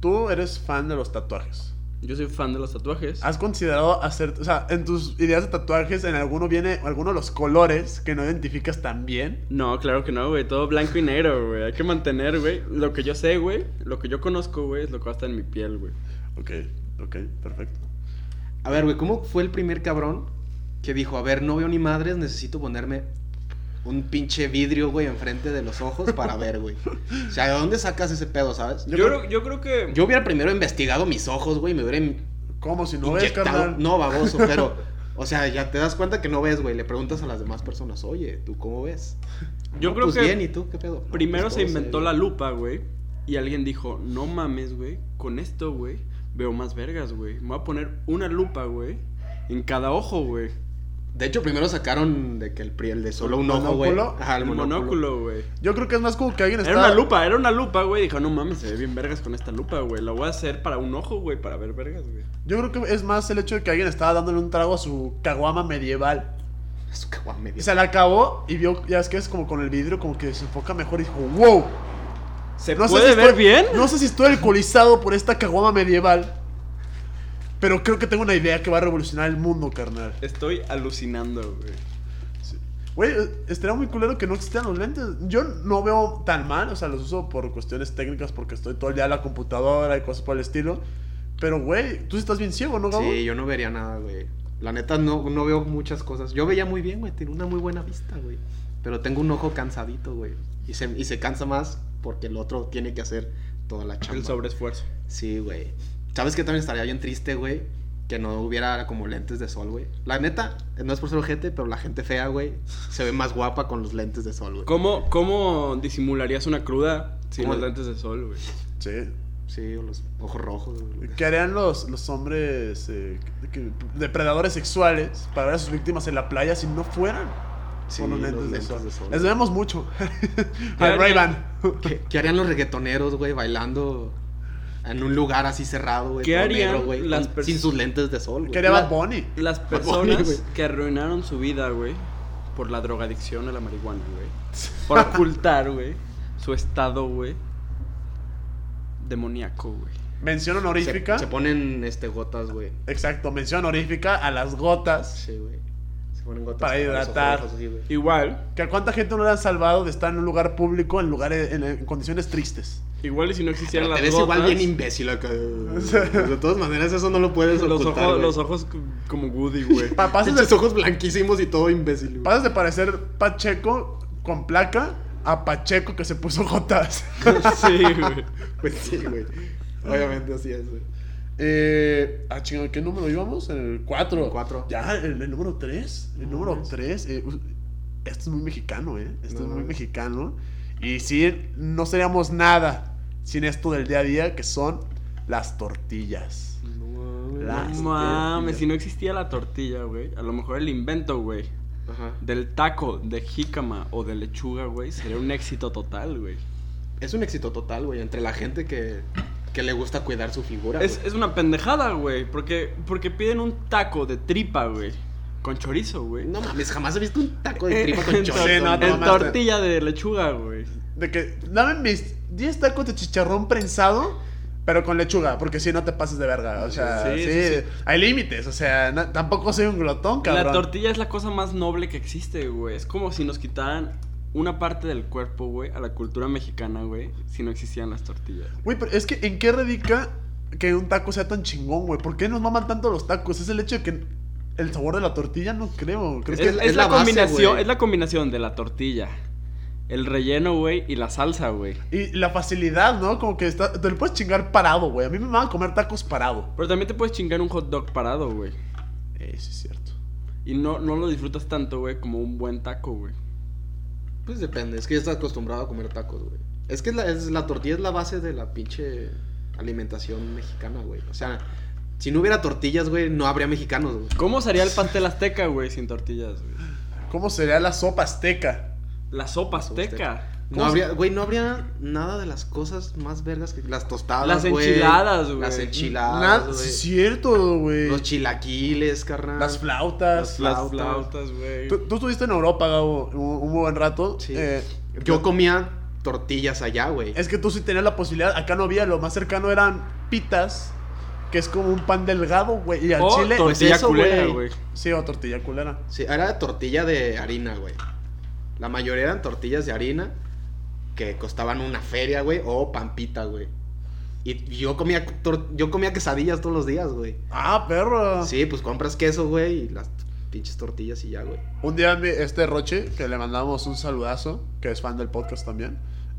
Speaker 1: Tú eres fan de los tatuajes.
Speaker 2: Yo soy fan de los tatuajes.
Speaker 5: Ah,
Speaker 1: ¿Has considerado hacer, o sea, en tus ideas de tatuajes, en alguno viene alguno de los colores que no identificas tan bien?
Speaker 2: No, claro que no, güey. Todo blanco y negro, güey. Hay que mantener, güey. Lo que yo sé, güey. Lo que yo conozco, güey, es lo que va a estar en mi piel, güey.
Speaker 1: Ok, ok, perfecto.
Speaker 5: A ver, güey, ¿cómo fue el primer cabrón que dijo, a ver, no veo ni madres, necesito ponerme un pinche vidrio, güey, enfrente de los ojos para ver, güey? O sea, ¿de dónde sacas ese pedo, sabes?
Speaker 2: Yo,
Speaker 1: Yo
Speaker 2: creo, yo creo que.
Speaker 5: Yo hubiera primero investigado mis ojos, güey, me hubiera in-
Speaker 1: ¿Cómo si no ves,
Speaker 5: inyectado.
Speaker 1: carnal?
Speaker 5: No, baboso, pero. O sea, ya te das cuenta que no ves, güey. Le preguntas a las demás personas, oye, ¿tú cómo ves?
Speaker 2: Yo
Speaker 5: "No,
Speaker 2: creo
Speaker 5: pues
Speaker 2: que-
Speaker 5: bien, ¿y tú qué pedo? "No,
Speaker 2: Primero
Speaker 5: pues,
Speaker 2: se
Speaker 5: todo
Speaker 2: inventó
Speaker 5: bien".
Speaker 2: la lupa, güey. Y alguien dijo, no mames, güey. Con esto, güey, veo más vergas, güey. Me voy a poner una lupa, güey. En cada ojo, güey.
Speaker 5: De hecho, primero sacaron de que el, pri- el de solo un ojo, güey.
Speaker 1: ¿Monóculo?
Speaker 5: Ajá,
Speaker 2: El monóculo, güey.
Speaker 1: Yo creo que es más como que alguien está...
Speaker 2: Era una lupa, era una lupa, güey. Dijo, no mames, se ve bien vergas con esta lupa, güey. La voy a hacer para un ojo, güey, para ver vergas, güey.
Speaker 1: Yo creo que es más el hecho de que alguien estaba dándole un trago a su caguama medieval.
Speaker 5: Eso, caguama, medio.
Speaker 1: Y se la acabó y vio, ya es que es como con el vidrio, como que se enfoca mejor y dijo, wow.
Speaker 2: ¿Se
Speaker 1: No sé
Speaker 2: puede
Speaker 1: si
Speaker 2: ver
Speaker 1: estoy-
Speaker 2: bien?
Speaker 1: No sé si estoy alcoholizado por esta caguama medieval. Pero creo que tengo una idea que va a revolucionar el mundo, carnal.
Speaker 2: Estoy alucinando, güey.
Speaker 1: Güey, eh, estaría muy culero que no existieran los lentes. Yo no veo tan mal, o sea, los uso por cuestiones técnicas porque estoy todo el día en la computadora y cosas por el estilo. Pero, güey, tú sí estás bien ciego, ¿no, Gabo?
Speaker 5: Sí, yo no vería nada, güey. La neta, no, no veo muchas cosas. Yo veía muy bien, güey. Tenía una muy buena vista, güey. Pero tengo un ojo cansadito, güey. Y se, y se cansa más porque el otro tiene que hacer toda la chamba.
Speaker 2: El sobreesfuerzo.
Speaker 5: Sí, güey. ¿Sabes qué también estaría bien triste, güey? Que no hubiera como lentes de sol, güey. La neta, no es por ser gente, pero la gente fea, güey, se ve más guapa con los lentes de sol, güey.
Speaker 2: ¿Cómo, ¿Cómo disimularías una cruda sin
Speaker 5: ¿Cómo?
Speaker 2: los lentes de sol, güey?
Speaker 1: Sí.
Speaker 5: Sí, o los ojos rojos. güey.
Speaker 1: ¿Qué harían los, los hombres eh, que- depredadores sexuales para ver a sus víctimas en la playa si no fueran
Speaker 5: Sí,
Speaker 1: con los
Speaker 5: los
Speaker 1: lentes, de,
Speaker 5: lentes
Speaker 1: sol?
Speaker 5: de sol.
Speaker 1: Les debemos mucho.
Speaker 2: harían?
Speaker 1: Al Ray-Ban.
Speaker 5: ¿Qué, qué harían los reggaetoneros, güey, bailando en un lugar así cerrado, güey?
Speaker 2: ¿Qué
Speaker 5: todo
Speaker 2: harían
Speaker 5: negro, güey,
Speaker 2: las
Speaker 5: con-
Speaker 2: pers-
Speaker 5: sin sus lentes de sol, güey?
Speaker 1: ¿Qué haría
Speaker 2: La-
Speaker 1: Bad Bunny?
Speaker 2: Las
Speaker 5: Bunny,
Speaker 2: personas
Speaker 5: güey.
Speaker 2: que arruinaron su vida, güey, por la drogadicción a la marihuana, güey. Por ocultar, güey, su estado, güey, demoníaco, güey.
Speaker 1: Mención honorífica.
Speaker 5: Se, se ponen este, gotas, güey.
Speaker 1: Exacto, mención honorífica a las gotas.
Speaker 5: Sí, güey. Se ponen gotas.
Speaker 1: Para
Speaker 5: con los ojos
Speaker 1: hidratar.
Speaker 5: rojos, así, güey.
Speaker 2: Igual,
Speaker 1: ¿Que a cuánta gente no le han salvado de estar en un lugar público en lugares en, en condiciones tristes?
Speaker 2: igual y si no existieran
Speaker 5: Pero
Speaker 2: las
Speaker 5: te ves igual
Speaker 2: gotas,
Speaker 5: bien imbécil acá. De todas maneras, eso no lo puedes
Speaker 2: los,
Speaker 5: ocultar,
Speaker 2: ojos,
Speaker 5: güey.
Speaker 2: los ojos c- como Woody, güey.
Speaker 1: Pa- pasas,
Speaker 5: Pinches
Speaker 1: de,
Speaker 5: ojos blanquísimos y todo imbécil, güey.
Speaker 1: pasas de parecer Pacheco con placa a Pacheco que se puso gotas.
Speaker 2: sí, güey.
Speaker 5: Pues sí, güey. Obviamente así es, güey.
Speaker 1: Eh, ah, chingado, ¿qué número íbamos? En el 4.
Speaker 5: Cuatro.
Speaker 1: Ya, el, el número 3. El
Speaker 5: No
Speaker 1: número
Speaker 5: mames.
Speaker 1: 3. esto es muy mexicano, ¿eh? Esto es
Speaker 5: No
Speaker 1: muy
Speaker 5: mames.
Speaker 1: mexicano. Y sí, no seríamos nada sin esto del día a día, que son las tortillas.
Speaker 5: Ah,
Speaker 2: No
Speaker 1: Las
Speaker 2: mames,
Speaker 1: tortillas.
Speaker 2: si no existía la tortilla, güey, a lo mejor el invento, güey,
Speaker 5: Ajá.
Speaker 2: del taco, de jícama o de lechuga, güey, sería un éxito total, güey.
Speaker 5: Es un éxito total, güey, entre la gente que, que le gusta cuidar su figura.
Speaker 2: Es,
Speaker 5: güey.
Speaker 2: es una pendejada, güey, porque, porque piden un taco de tripa, güey, con chorizo, güey.
Speaker 5: No mames, jamás he visto un taco de tripa con
Speaker 2: En-
Speaker 5: chorizo.
Speaker 1: Sí, no,
Speaker 5: güey.
Speaker 1: no
Speaker 2: En
Speaker 1: mames.
Speaker 2: tortilla de lechuga, güey.
Speaker 1: De que, dame mis 10 tacos de chicharrón prensado, pero con lechuga, porque si no te pases de verga. O sea,
Speaker 2: Sí,
Speaker 1: sí,
Speaker 2: sí, sí.
Speaker 1: hay límites. O sea, no- tampoco soy un glotón, cabrón.
Speaker 2: La tortilla es la cosa más noble que existe, güey. Es como si nos quitaran una parte del cuerpo, güey, a la cultura mexicana, güey, si no existían las tortillas.
Speaker 1: Güey, pero es que ¿en qué radica que un taco sea tan chingón, güey? ¿Por qué nos maman tanto los tacos? Es el hecho de que el sabor de la tortilla no creo. ¿Crees
Speaker 2: Es,
Speaker 1: que
Speaker 5: la-
Speaker 2: es
Speaker 5: es
Speaker 2: la,
Speaker 5: la base,
Speaker 2: combinación,
Speaker 5: güey.
Speaker 2: es la combinación de la tortilla, el relleno, güey, y la salsa, güey.
Speaker 1: y la facilidad, ¿no? Como que está, te lo puedes chingar parado, güey. A mí me maman comer tacos parado.
Speaker 2: Pero también te puedes chingar un hot dog parado, güey.
Speaker 1: Eh, sí es cierto.
Speaker 2: Y no, no lo disfrutas tanto, güey, como un buen taco, güey.
Speaker 5: Pues depende, es que ya estás acostumbrado a comer tacos, güey. Es que la, es- la tortilla es la base de la pinche alimentación mexicana, güey. O sea, si no hubiera tortillas, güey, no habría mexicanos, güey.
Speaker 2: ¿Cómo sería el pastel azteca, güey, sin tortillas, güey?
Speaker 1: ¿Cómo sería la sopa azteca?
Speaker 2: La sopa azteca.
Speaker 5: No habría, güey, no habría nada de las cosas más vergas que las tostadas,
Speaker 2: Las
Speaker 5: güey,
Speaker 2: enchiladas, güey.
Speaker 5: Las
Speaker 1: Na-
Speaker 5: enchiladas, güey.
Speaker 1: sí es cierto, güey.
Speaker 5: Los chilaquiles, carnal.
Speaker 1: Las flautas.
Speaker 2: Las
Speaker 5: Flautas.
Speaker 2: flautas, güey.
Speaker 1: Tú, tú estuviste en Europa, Gabo, un, un buen rato.
Speaker 5: Sí.
Speaker 1: Eh,
Speaker 5: Yo comía tortillas allá, güey.
Speaker 1: Es que tú sí tenías la posibilidad, acá no había, lo más cercano eran pitas, que es como un pan delgado, güey, y al
Speaker 2: O
Speaker 1: chile...
Speaker 2: Oh,
Speaker 1: pues
Speaker 2: tortilla
Speaker 5: eso,
Speaker 2: culera,
Speaker 5: güey.
Speaker 2: güey.
Speaker 1: Sí, o tortilla culera.
Speaker 5: Sí, era tortilla de harina, güey. La mayoría eran tortillas de harina que costaban una feria, güey, o pampita, güey. Y yo comía, tor- yo comía quesadillas todos los días, güey.
Speaker 1: Ah, perro.
Speaker 5: Sí, pues compras queso, güey, y las pinches tortillas y ya, güey.
Speaker 1: Un día mi- este Roche, que le mandamos un saludazo, que es fan del podcast también,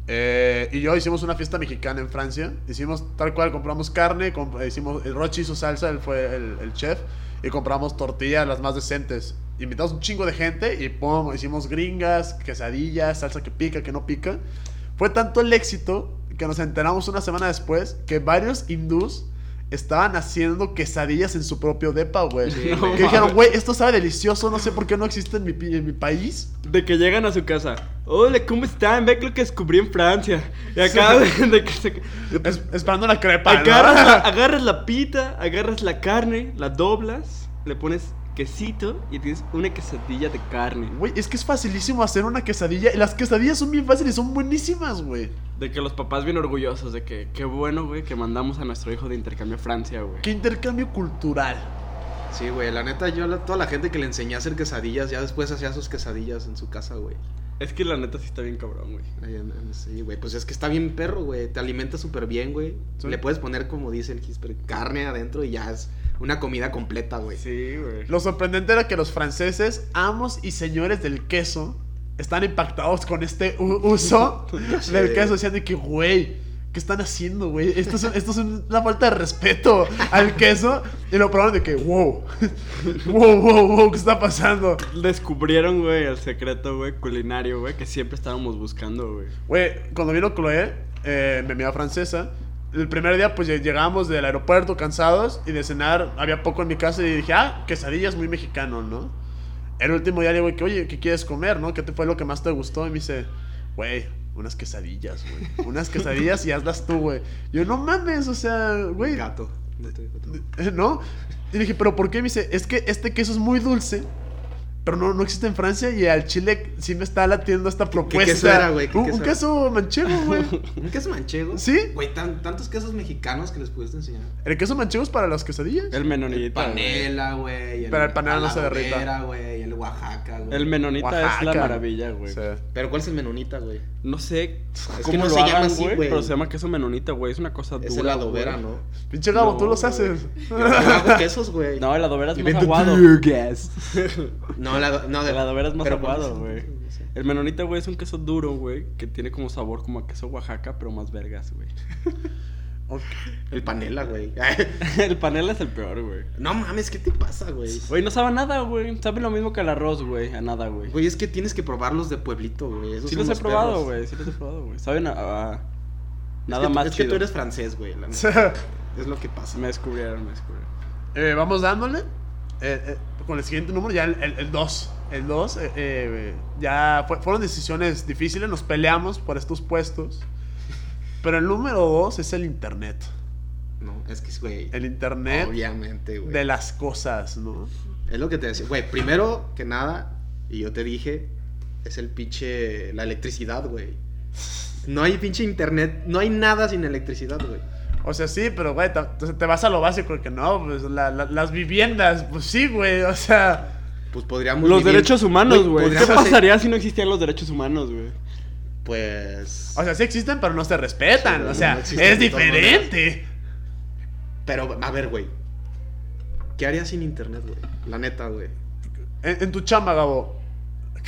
Speaker 1: eh, y yo hicimos una fiesta mexicana en Francia. Hicimos tal cual, compramos carne, comp- hicimos, el Roche hizo salsa, él fue el, el chef, y compramos tortillas las más decentes. Invitamos un chingo de gente y pum, hicimos gringas, quesadillas, salsa que pica, que no pica. Fue tanto el éxito que nos enteramos una semana después que varios hindús estaban haciendo quesadillas en su propio depa, güey.
Speaker 2: Sí,
Speaker 1: que
Speaker 2: no
Speaker 1: dijeron,
Speaker 2: mames.
Speaker 1: güey, esto sabe delicioso, no sé por qué no existe en mi, pi- en mi país.
Speaker 2: De que llegan a su casa. Hola, ¿cómo están? Ve lo que descubrí en Francia. Y acá de, de que se-
Speaker 1: Es- esperando la crepa, ¿no?
Speaker 2: agarras, la, agarras la pita, agarras la carne, la doblas, le pones quesito y tienes una quesadilla de carne.
Speaker 1: Güey, es que es facilísimo hacer una quesadilla. Y las quesadillas son bien fáciles, son buenísimas, güey.
Speaker 2: De que los papás bien orgullosos de que qué bueno, güey, que mandamos a nuestro hijo de intercambio a Francia, güey.
Speaker 1: Qué intercambio cultural.
Speaker 5: Sí, güey, la neta, yo a toda la gente que le enseñé a hacer quesadillas, ya después hacía sus quesadillas en su casa, güey.
Speaker 2: Es que la neta sí está bien cabrón, güey.
Speaker 5: Ahí en- en- Sí, güey, pues es que está bien perro, güey. Te alimenta súper bien, güey.
Speaker 1: Sí.
Speaker 5: Le puedes poner, como dice el Gisper, carne adentro y ya es una comida completa, güey.
Speaker 2: Sí, güey.
Speaker 1: Lo sorprendente era que los franceses, amos y señores del queso, están impactados con este u- uso
Speaker 5: Sí.
Speaker 1: del queso. Decían de que, güey, ¿qué están haciendo, güey? Esto es, esto es una falta de respeto al queso. Y lo probaron de que, wow, wow, wow, wow, ¿qué está pasando?
Speaker 2: Descubrieron, güey, el secreto, güey, culinario, güey, que siempre estábamos buscando, güey.
Speaker 1: Güey, cuando vino Chloe, eh, mi amiga francesa, el primer día pues lleg- llegamos del aeropuerto cansados y de cenar había poco en mi casa y dije, ah, quesadillas muy mexicano, ¿no? El último día le digo, que, oye, ¿qué quieres comer, no? ¿Qué te fue lo que más te gustó? Y me dice, güey, unas quesadillas, güey. Unas quesadillas y hazlas tú, güey. Yo, no mames, o sea, güey.
Speaker 5: Gato. No te- no te-
Speaker 1: ¿No? Y dije, ¿pero por qué? Me dice, es que este queso es muy dulce, pero no, no existe en Francia y al Chile sí me está latiendo esta propuesta.
Speaker 5: queso era, güey? ¿Qué
Speaker 1: un,
Speaker 5: queso
Speaker 1: un
Speaker 5: era?
Speaker 1: queso manchego, güey.
Speaker 5: ¿Un queso manchego?
Speaker 1: ¿Sí?
Speaker 5: Güey, tan- tantos quesos mexicanos que les pudiste enseñar.
Speaker 1: El queso manchego es para las quesadillas.
Speaker 2: El menonita. güey.
Speaker 5: Panela, güey.
Speaker 1: Pero el panela no se derrita.
Speaker 5: habanera, güey, el Oaxaca, güey.
Speaker 2: El menonita es la
Speaker 1: Oaxaca.
Speaker 2: maravilla, güey.
Speaker 1: O sea,
Speaker 5: Pero ¿cuál es el menonita, güey?
Speaker 2: No sé
Speaker 5: que
Speaker 2: cómo
Speaker 5: no
Speaker 2: lo
Speaker 5: se llama
Speaker 2: hagan,
Speaker 5: así,
Speaker 2: güey,
Speaker 5: güey.
Speaker 2: pero se llama queso menonita, güey. Es una cosa dura.
Speaker 5: Es el adobera,
Speaker 2: güey.
Speaker 5: ¿no?
Speaker 1: pinche Gabo,
Speaker 2: No,
Speaker 1: tú los
Speaker 2: güey.
Speaker 1: haces.
Speaker 5: Yo hago quesos, güey.
Speaker 2: No, el adobera es más
Speaker 5: Invento
Speaker 2: aguado.
Speaker 5: No, la, no, de,
Speaker 2: El adobera es más
Speaker 5: pero
Speaker 2: aguado,
Speaker 5: ¿cuál es
Speaker 2: güey.
Speaker 5: el-
Speaker 2: El menonita, güey, es un queso duro, güey, que tiene como sabor como a queso Oaxaca, pero más vergas, güey.
Speaker 1: Ok.
Speaker 5: El panela, güey.
Speaker 2: el panela es el peor, güey.
Speaker 5: no mames, ¿qué te pasa, güey?
Speaker 2: Güey, no sabe a nada, güey. Sabe lo mismo que el arroz, güey. A nada, güey.
Speaker 5: Güey, es que tienes que probarlos de pueblito, güey. Esos
Speaker 2: Sí los
Speaker 5: son
Speaker 2: he
Speaker 5: los
Speaker 2: probado,
Speaker 5: perros.
Speaker 2: güey. Sí los he probado, güey. Saben a, a- a
Speaker 5: Es
Speaker 2: nada
Speaker 5: que tú-
Speaker 2: más
Speaker 5: Es
Speaker 2: chido.
Speaker 5: que tú eres francés, güey. la
Speaker 1: O
Speaker 5: neta.
Speaker 1: sea,
Speaker 5: Es lo que pasa.
Speaker 2: Me descubrieron, me descubrieron.
Speaker 1: eh, vamos dándole. eh, eh, con el siguiente número, ya el 2. El 2, ya fue- fueron decisiones difíciles, nos peleamos por estos puestos. Pero el número 2 es el internet.
Speaker 5: No, es que, güey.
Speaker 1: El
Speaker 5: Oh,
Speaker 1: internet
Speaker 5: Obviamente, güey.
Speaker 1: de las cosas, ¿no?
Speaker 5: Es lo que te decía. Güey, primero que nada, y yo te dije, es el pinche. La electricidad, güey. No hay pinche internet. No hay nada sin electricidad, güey.
Speaker 1: O sea, sí, pero güey, ta- o sea, te, vas a lo básico que no, pues la- la- las viviendas, pues sí, güey, o sea,
Speaker 5: Pues podríamos.
Speaker 2: Los
Speaker 5: vivir-
Speaker 2: derechos humanos, güey. ¿Qué
Speaker 5: podríamos hacer-
Speaker 2: pasaría si no existían los derechos humanos, güey?
Speaker 5: Pues.
Speaker 1: o sea, sí existen, pero no se respetan,
Speaker 5: Sí,
Speaker 1: o sea,
Speaker 5: no existen
Speaker 1: es
Speaker 5: de todas maneras.
Speaker 1: diferente.
Speaker 5: Pero, a ver, güey. ¿Qué harías sin internet, güey? La neta, güey.
Speaker 1: En, en tu chamba, Gabo,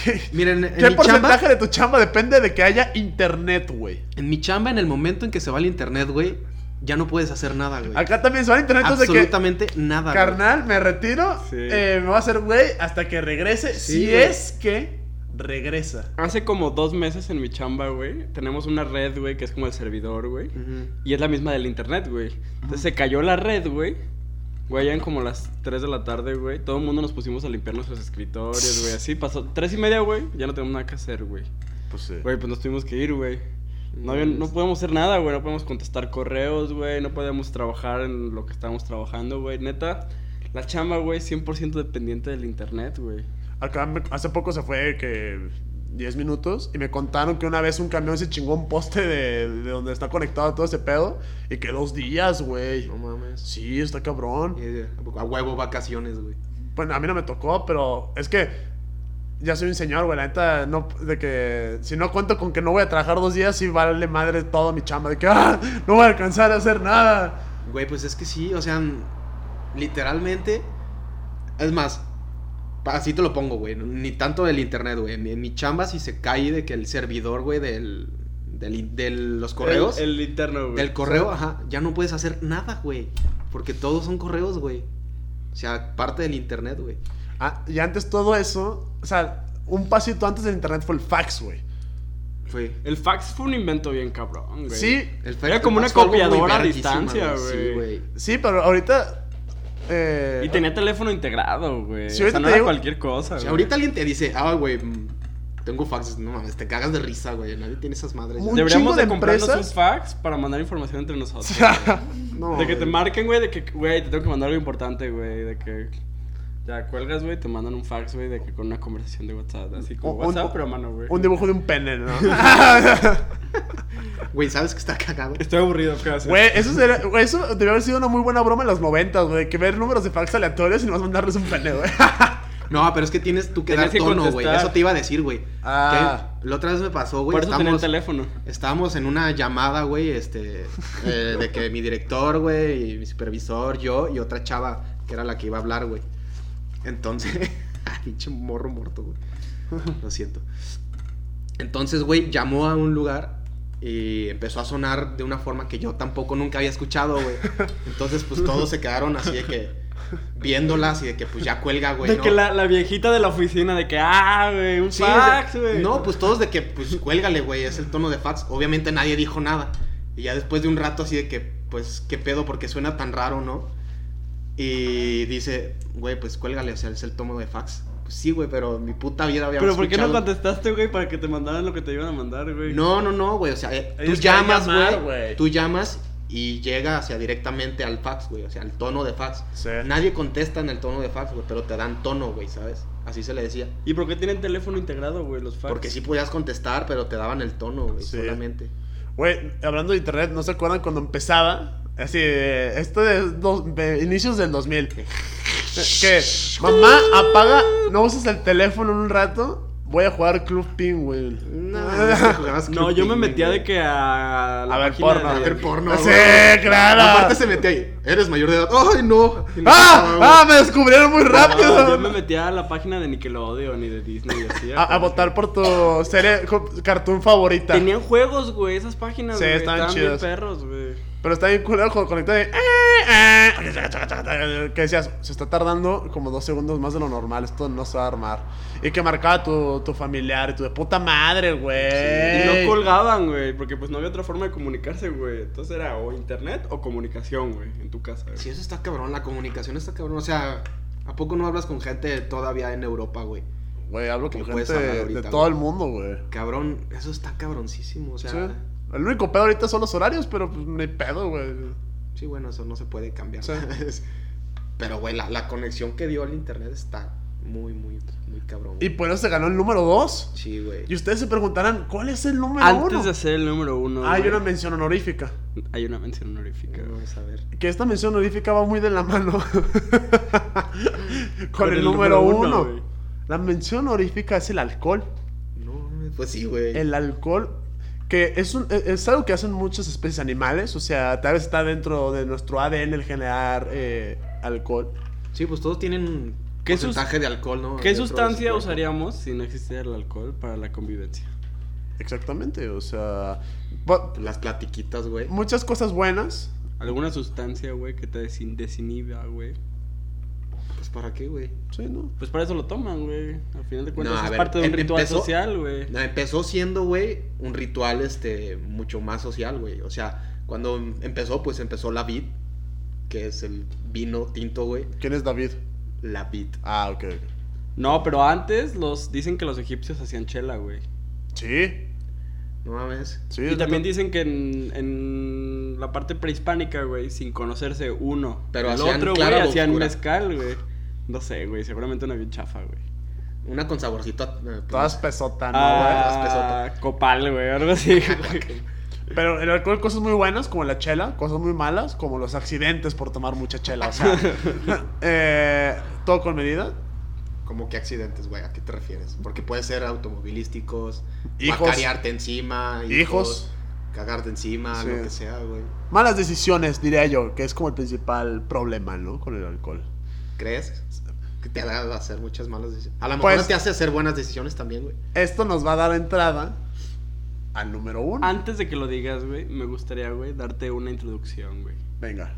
Speaker 1: ¿qué,
Speaker 5: Miren, en
Speaker 1: qué
Speaker 5: mi
Speaker 1: porcentaje
Speaker 5: chamba,
Speaker 1: de tu chamba depende de que haya internet, güey?
Speaker 5: en mi chamba, en el momento en que se va el internet, güey, ya no puedes hacer nada, güey.
Speaker 1: Acá también se va internet, entonces de que,
Speaker 5: Absolutamente nada, güey.
Speaker 1: carnal, me retiro,
Speaker 2: Sí.
Speaker 1: eh, me voy a hacer güey hasta que regrese, si
Speaker 5: Sí, güey.
Speaker 1: es que regresa.
Speaker 2: Hace como dos meses en mi chamba, güey, tenemos una red, güey, que es como el servidor, güey.
Speaker 5: Ujú.
Speaker 2: Y es la misma del internet, güey. Entonces se cayó la red, güey. Güey, eran como las 3 de la tarde, güey. Todo el mundo nos pusimos a limpiar nuestros escritorios, güey. Así pasó. 3 y media, güey. Ya no tenemos nada que hacer, güey.
Speaker 1: Pues sí.
Speaker 2: Güey, pues nos tuvimos que ir, güey. No, había- no podemos hacer nada, güey. No podemos contestar correos, güey. No podemos trabajar en lo que estábamos trabajando, güey. Neta, la chamba, güey, 100% dependiente del internet, güey.
Speaker 1: Acá me- hace poco se fue que 10 minutos y me contaron que una vez un camión se chingó un poste de, de donde está conectado todo ese pedo y que dos días, güey.
Speaker 5: No mames.
Speaker 1: Sí, está cabrón.
Speaker 5: Eh, A huevo vacaciones, güey.
Speaker 1: Bueno, a mí no me tocó, pero es que ya soy un señor, güey. La neta, no, de que si no cuento con que no voy a trabajar dos días, sí vale madre todo mi chamba. De que ah, no voy a alcanzar a hacer nada.
Speaker 5: Güey, pues es que sí, o sea, n- literalmente. Es más, pa- así te lo pongo, güey. Ni tanto del internet, güey. En, en mi chamba, si se cae de que el servidor, güey, del, del, in- de los correos.
Speaker 2: El, el interno, güey.
Speaker 5: Del correo, ajá, ya no puedes hacer nada, güey. Porque todos son correos, güey. O sea, parte del internet, güey.
Speaker 1: Ah, y antes todo eso, o sea, un pasito antes del internet fue el fax, güey.
Speaker 5: Fue.
Speaker 2: El fax fue un invento bien cabrón, güey.
Speaker 1: Sí,
Speaker 5: El
Speaker 2: Era como una
Speaker 5: fue algo muy
Speaker 2: copiadora a
Speaker 5: verguísima,
Speaker 2: distancia,
Speaker 5: Sí,
Speaker 2: güey.
Speaker 5: güey.
Speaker 1: sí, pero ahorita. eh,
Speaker 2: Y tenía teléfono integrado, güey.
Speaker 1: Si
Speaker 2: o
Speaker 1: ahorita
Speaker 2: sea, no
Speaker 1: te
Speaker 2: era
Speaker 1: digo-
Speaker 2: cualquier cosa,
Speaker 5: O
Speaker 2: güey.
Speaker 5: sea, ahorita alguien te dice, ah, güey, mm, tengo faxes. No mames, te cagas de risa, güey. Nadie tiene esas madres.
Speaker 1: Muy- un chingo
Speaker 2: Deberíamos
Speaker 1: de
Speaker 2: de comprarnos
Speaker 1: empresas-
Speaker 2: un fax para mandar información entre nosotros.
Speaker 5: No,
Speaker 2: De que te
Speaker 5: güey.
Speaker 2: marquen, güey, de que, güey, te tengo que mandar algo importante, güey, de que ya cuelgas, güey, te mandan un fax, güey, de que con una conversación de WhatsApp, así como
Speaker 1: Un- un-
Speaker 2: WhatsApp, pero a mano, güey.
Speaker 1: Un dibujo de un pene, ¿no?
Speaker 5: Güey, ¿sabes que está cagado?
Speaker 2: Estoy aburrido, ¿qué haces?
Speaker 1: Güey, eso, sería- güey, eso debió haber sido una muy buena broma en los noventas, güey. Que ver números de fax aleatorios y nomás mandarles un pene, güey.
Speaker 5: No, pero es que tienes tú que
Speaker 2: Tenías
Speaker 5: dar
Speaker 2: que
Speaker 5: tono, güey.
Speaker 2: contestar.
Speaker 5: Eso te iba a decir, güey.
Speaker 1: Ah.
Speaker 5: Que La otra vez me pasó, güey.
Speaker 2: Por eso tenía el
Speaker 5: Estábamos,
Speaker 2: teléfono.
Speaker 5: estábamos en una llamada, güey, este... eh, de que mi director, güey, y mi supervisor, yo y otra chava, que era la que iba a hablar, güey. Entonces... ay, pinche morro muerto, güey. Lo siento. Entonces, güey, llamó a un lugar y empezó a sonar de una forma que yo tampoco nunca había escuchado, güey. Entonces, pues todos se quedaron así de que... Viéndolas y de que pues ya cuelga, güey.
Speaker 2: de
Speaker 5: ¿no?
Speaker 2: que la, la viejita de la oficina, de que, ah, güey, un
Speaker 5: Sí,
Speaker 2: fax,
Speaker 5: o sea,
Speaker 2: güey.
Speaker 5: No, pues todos de que, pues cuélgale, güey, es el tono de fax. Obviamente nadie dijo nada. Y ya después de un rato así de que, pues, ¿qué pedo? Porque suena tan raro, ¿no? Y dice, güey, pues cuélgale, o sea, es el tomo de fax. Pues sí, güey, pero en mi puta vida había
Speaker 2: Pero ¿por qué no contestaste, güey? Para que te mandaran lo que te iban a mandar, güey.
Speaker 5: No, no, no, güey, o sea, eh, tú
Speaker 1: Ellos quieren
Speaker 5: llamas,
Speaker 1: llamar,
Speaker 5: güey.
Speaker 1: güey.
Speaker 5: Tú llamas y llega, o sea, directamente al fax, güey, o sea, al tono de fax.
Speaker 1: Sí.
Speaker 5: Nadie contesta en el tono de fax, güey, pero te dan tono, güey, ¿sabes? Así se le decía.
Speaker 2: ¿Y por qué tienen teléfono integrado, güey, los fax?
Speaker 5: Porque sí podías contestar, pero te daban el tono, güey,
Speaker 1: Pues. Sí.
Speaker 5: solamente.
Speaker 1: Güey, hablando de internet, ¿no se acuerdan cuando empezaba? Así, eh, esto de, dos- de inicios del 2000. Que, mamá, apaga, no usas el teléfono en un rato, voy a jugar Club Penguin.
Speaker 5: No, no, jugabas
Speaker 2: No, yo me
Speaker 5: Club Penguin,
Speaker 2: metía de
Speaker 5: güey.
Speaker 2: que a la
Speaker 1: A ver,
Speaker 2: página
Speaker 1: porno.
Speaker 2: de-
Speaker 5: A ver porno,
Speaker 1: Sí,
Speaker 5: güey.
Speaker 1: claro.
Speaker 5: Aparte se metía ahí. Eres mayor de edad. ¡Ay, no! Y no estaba,
Speaker 1: ¡Ah! ¡Ah! Me descubrieron muy
Speaker 2: No,
Speaker 1: rápido.
Speaker 2: Ah, yo me metía a la página de Nickelodeon y de Disney y así.
Speaker 1: A,
Speaker 5: Ah,
Speaker 1: a
Speaker 2: acá.
Speaker 1: votar por tu serie co- cartoon favorita.
Speaker 2: Tenían juegos, güey, esas páginas,
Speaker 1: Sí,
Speaker 2: güey.
Speaker 1: estaban
Speaker 2: estaban bien
Speaker 1: chidas.
Speaker 2: perros, güey.
Speaker 1: Pero está bien culero cuando conecta de. "Ah, ah", Que decías, se está tardando como dos segundos más de lo normal. Esto no se va a armar. Y que marcaba tu, tu familiar y tu de puta madre, güey.
Speaker 2: Y no colgaban, güey, porque pues no había otra forma de comunicarse, güey. Entonces era o internet o comunicación, güey, en tu casa. güey.
Speaker 5: Sí, eso está cabrón, la comunicación está cabrón. O sea, ¿a poco no hablas con gente todavía en Europa, güey?
Speaker 1: Güey, hablo con
Speaker 5: No puedes
Speaker 1: gente
Speaker 5: hablar
Speaker 1: de,
Speaker 5: ahorita,
Speaker 1: de
Speaker 5: güey.
Speaker 1: todo el mundo, güey.
Speaker 5: Cabrón, eso está cabroncísimo. O sea,
Speaker 1: Sí. El único pedo ahorita son los horarios, pero pues ni pedo, güey.
Speaker 5: sí, bueno, eso no se puede cambiar.
Speaker 1: Sí.
Speaker 5: ¿sabes? Pero, güey, la, la conexión que dio el internet está muy, muy, muy cabrón.
Speaker 1: Y
Speaker 5: güey.
Speaker 1: por eso se ganó el número dos.
Speaker 5: Sí, güey.
Speaker 1: Y ustedes se preguntarán, ¿cuál es el número
Speaker 2: Antes
Speaker 1: uno? Ah,
Speaker 2: de hacer el número uno.
Speaker 5: Ah,
Speaker 1: Hay
Speaker 2: güey,
Speaker 1: una mención honorífica.
Speaker 2: hay una mención honorífica, güey.
Speaker 5: Vamos a ver.
Speaker 1: Que esta mención honorífica va muy de la mano con, el, número, uno.
Speaker 2: güey.
Speaker 1: la mención honorífica es el alcohol.
Speaker 5: No, pues sí, güey.
Speaker 1: El alcohol, que es, un- e, es- es algo que hacen muchas especies animales. O sea, tal vez está dentro de nuestro ADN el generar eh, alcohol.
Speaker 5: Sí, pues todos tienen un
Speaker 2: ¿Qué sus-
Speaker 5: porcentaje de alcohol, ¿no?
Speaker 2: ¿Qué
Speaker 5: Dentro de su
Speaker 2: sustancia
Speaker 5: cuerpo.
Speaker 2: usaríamos si no existiera el alcohol para la convivencia?
Speaker 1: Exactamente, o sea... bu-
Speaker 5: Las platiquitas, güey.
Speaker 1: Muchas cosas buenas.
Speaker 2: ¿Alguna sustancia, güey, que te desin- desinhiba, güey?
Speaker 5: Pues para qué, güey.
Speaker 1: Sí, ¿no?
Speaker 2: Pues para eso lo toman, güey. Al final de cuentas
Speaker 5: No, a
Speaker 2: es
Speaker 5: ver,
Speaker 2: parte de un
Speaker 5: em-
Speaker 2: ritual
Speaker 5: empezó-
Speaker 2: social, güey.
Speaker 5: No, empezó siendo, güey, un ritual, este, mucho más social, güey. O sea, cuando em- empezó, pues empezó la vid, que es el vino tinto, güey.
Speaker 1: ¿Quién es David?
Speaker 5: La vid.
Speaker 1: Ah, ok. ok.
Speaker 2: No, pero antes los dicen que los egipcios hacían chela, güey.
Speaker 1: Sí,
Speaker 5: No mames.
Speaker 1: sí.
Speaker 2: y también
Speaker 1: neta.
Speaker 2: dicen que en, en la parte prehispánica, güey, sin conocerse uno.
Speaker 5: Pero
Speaker 2: el
Speaker 5: hacían
Speaker 2: otro,
Speaker 5: clara
Speaker 2: güey,
Speaker 5: o
Speaker 2: hacían
Speaker 5: oscura.
Speaker 2: mezcal, güey. No sé, güey, seguramente una bien chafa, güey.
Speaker 5: Una con saborcito. a- eh,
Speaker 1: Toda
Speaker 5: pues,
Speaker 1: espesota, ¿no, güey?
Speaker 2: Ah,
Speaker 5: las
Speaker 2: copal, güey, algo así. güey.
Speaker 1: Pero el alcohol, cosas muy buenas como la chela, cosas muy malas como los accidentes por tomar mucha chela. O sea, eh, todo con medida.
Speaker 5: Como que accidentes, güey, ¿a qué te refieres? Porque puede ser automovilísticos,
Speaker 1: Hijos.
Speaker 5: macarearte encima,
Speaker 1: Hijos.
Speaker 5: cagarte encima,
Speaker 1: Sí.
Speaker 5: lo que sea, güey.
Speaker 1: Malas decisiones, diría yo, que es como el principal problema, ¿no? Con el alcohol.
Speaker 5: ¿Crees? Que te haga hacer muchas malas decisiones. A lo mejor
Speaker 1: Pues-
Speaker 5: no te hace hacer buenas decisiones también, güey.
Speaker 1: Esto nos va a dar entrada al número uno.
Speaker 2: Antes de que lo digas, güey, me gustaría, güey, darte una introducción, güey.
Speaker 1: Venga,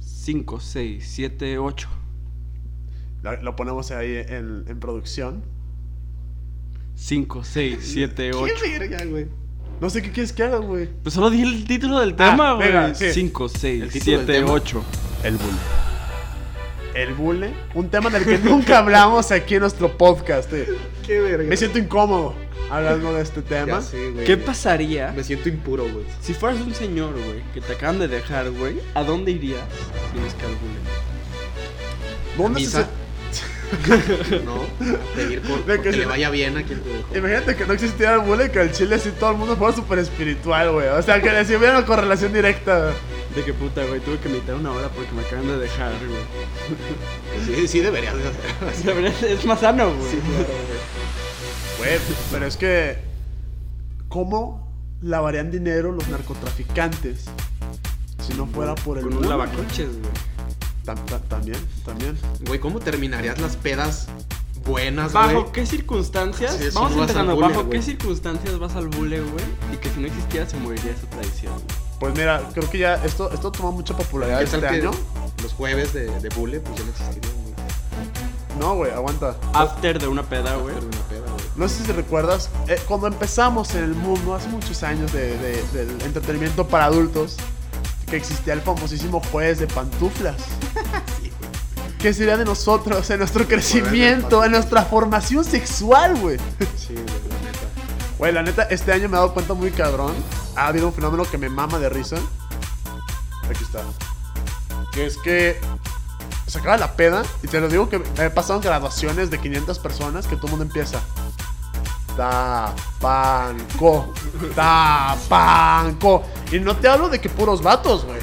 Speaker 2: 5, 6, 7, 8.
Speaker 1: la- lo ponemos ahí en, en producción.
Speaker 2: 5, 6, 7, 8.
Speaker 5: ¿Qué verga, güey?
Speaker 1: No sé qué quieres que haga, güey.
Speaker 2: Pues solo di el título del tema, güey.
Speaker 1: venga, sí.
Speaker 2: 5,
Speaker 5: Ah,
Speaker 2: 6,
Speaker 5: El título del
Speaker 2: 7,
Speaker 5: tema.
Speaker 2: 8.
Speaker 1: El bulle. El bulle, un tema del que nunca hablamos aquí en nuestro podcast. eh.
Speaker 5: ¿Qué verga?
Speaker 1: Me siento incómodo hablando de este tema.
Speaker 5: Ya sé, güey.
Speaker 2: ¿Qué pasaría
Speaker 5: Me siento impuro, güey.
Speaker 2: si fueras un señor, güey, que te acaban de dejar, güey? ¿A dónde irías si no es que al bullying?
Speaker 1: ¿Dónde se-
Speaker 5: Misa. ¿No? A pedir por,
Speaker 1: Ve que
Speaker 5: porque
Speaker 1: se-
Speaker 5: le vaya bien a quien te dejó.
Speaker 1: Imagínate que no existiera el bullying, que el chile así todo el mundo fuera súper espiritual, güey. O sea, que les hubiera una correlación directa.
Speaker 2: De que puta, güey, tuve que meditar una hora porque me acaban de dejar, güey.
Speaker 5: Sí, sí deberías de hacer.
Speaker 2: O sea, pero es- es más sano, güey.
Speaker 1: Güey, pero es que. ¿Cómo lavarían dinero los narcotraficantes si no fuera por el
Speaker 2: Con un
Speaker 1: bullying?
Speaker 2: lavacoches, güey.
Speaker 1: Tam- tam- También, también.
Speaker 5: Güey, ¿cómo terminarías las pedas buenas, güey?
Speaker 2: ¿Bajo qué circunstancias?
Speaker 5: Sí, si
Speaker 2: Vamos
Speaker 5: no vas
Speaker 2: empezando.
Speaker 5: al bullying,
Speaker 2: ¿Bajo
Speaker 5: güey.
Speaker 2: qué circunstancias vas al bule, güey? Y que si no existiera se moriría esa tradición.
Speaker 1: Pues mira, creo que ya esto, esto tomó mucha popularidad
Speaker 5: ¿Qué
Speaker 1: este
Speaker 5: tal que
Speaker 1: año.
Speaker 5: los jueves de, de bule pues ya no existirían, güey?
Speaker 1: No, güey, aguanta.
Speaker 5: Ah.
Speaker 2: After de una peda, Ah, güey.
Speaker 5: Pero una peda, güey.
Speaker 1: No sé si recuerdas, eh, cuando empezamos en el mundo hace muchos años de- de- del entretenimiento para adultos, que existía el famosísimo jueves de pantuflas. ¿Qué sería de nosotros, en nuestro crecimiento, en nuestra formación sexual, güey?
Speaker 5: Sí, güey, la neta.
Speaker 1: Güey, la neta, este año me he dado cuenta muy cabrón. Ha habido un fenómeno que me mama de risa. Aquí está. Que es que se acaba la peda. Y te lo digo que me pasaron graduaciones de 500 personas que todo el mundo empieza. Tapanco. Tapanco. Y no te hablo de que puros vatos, güey.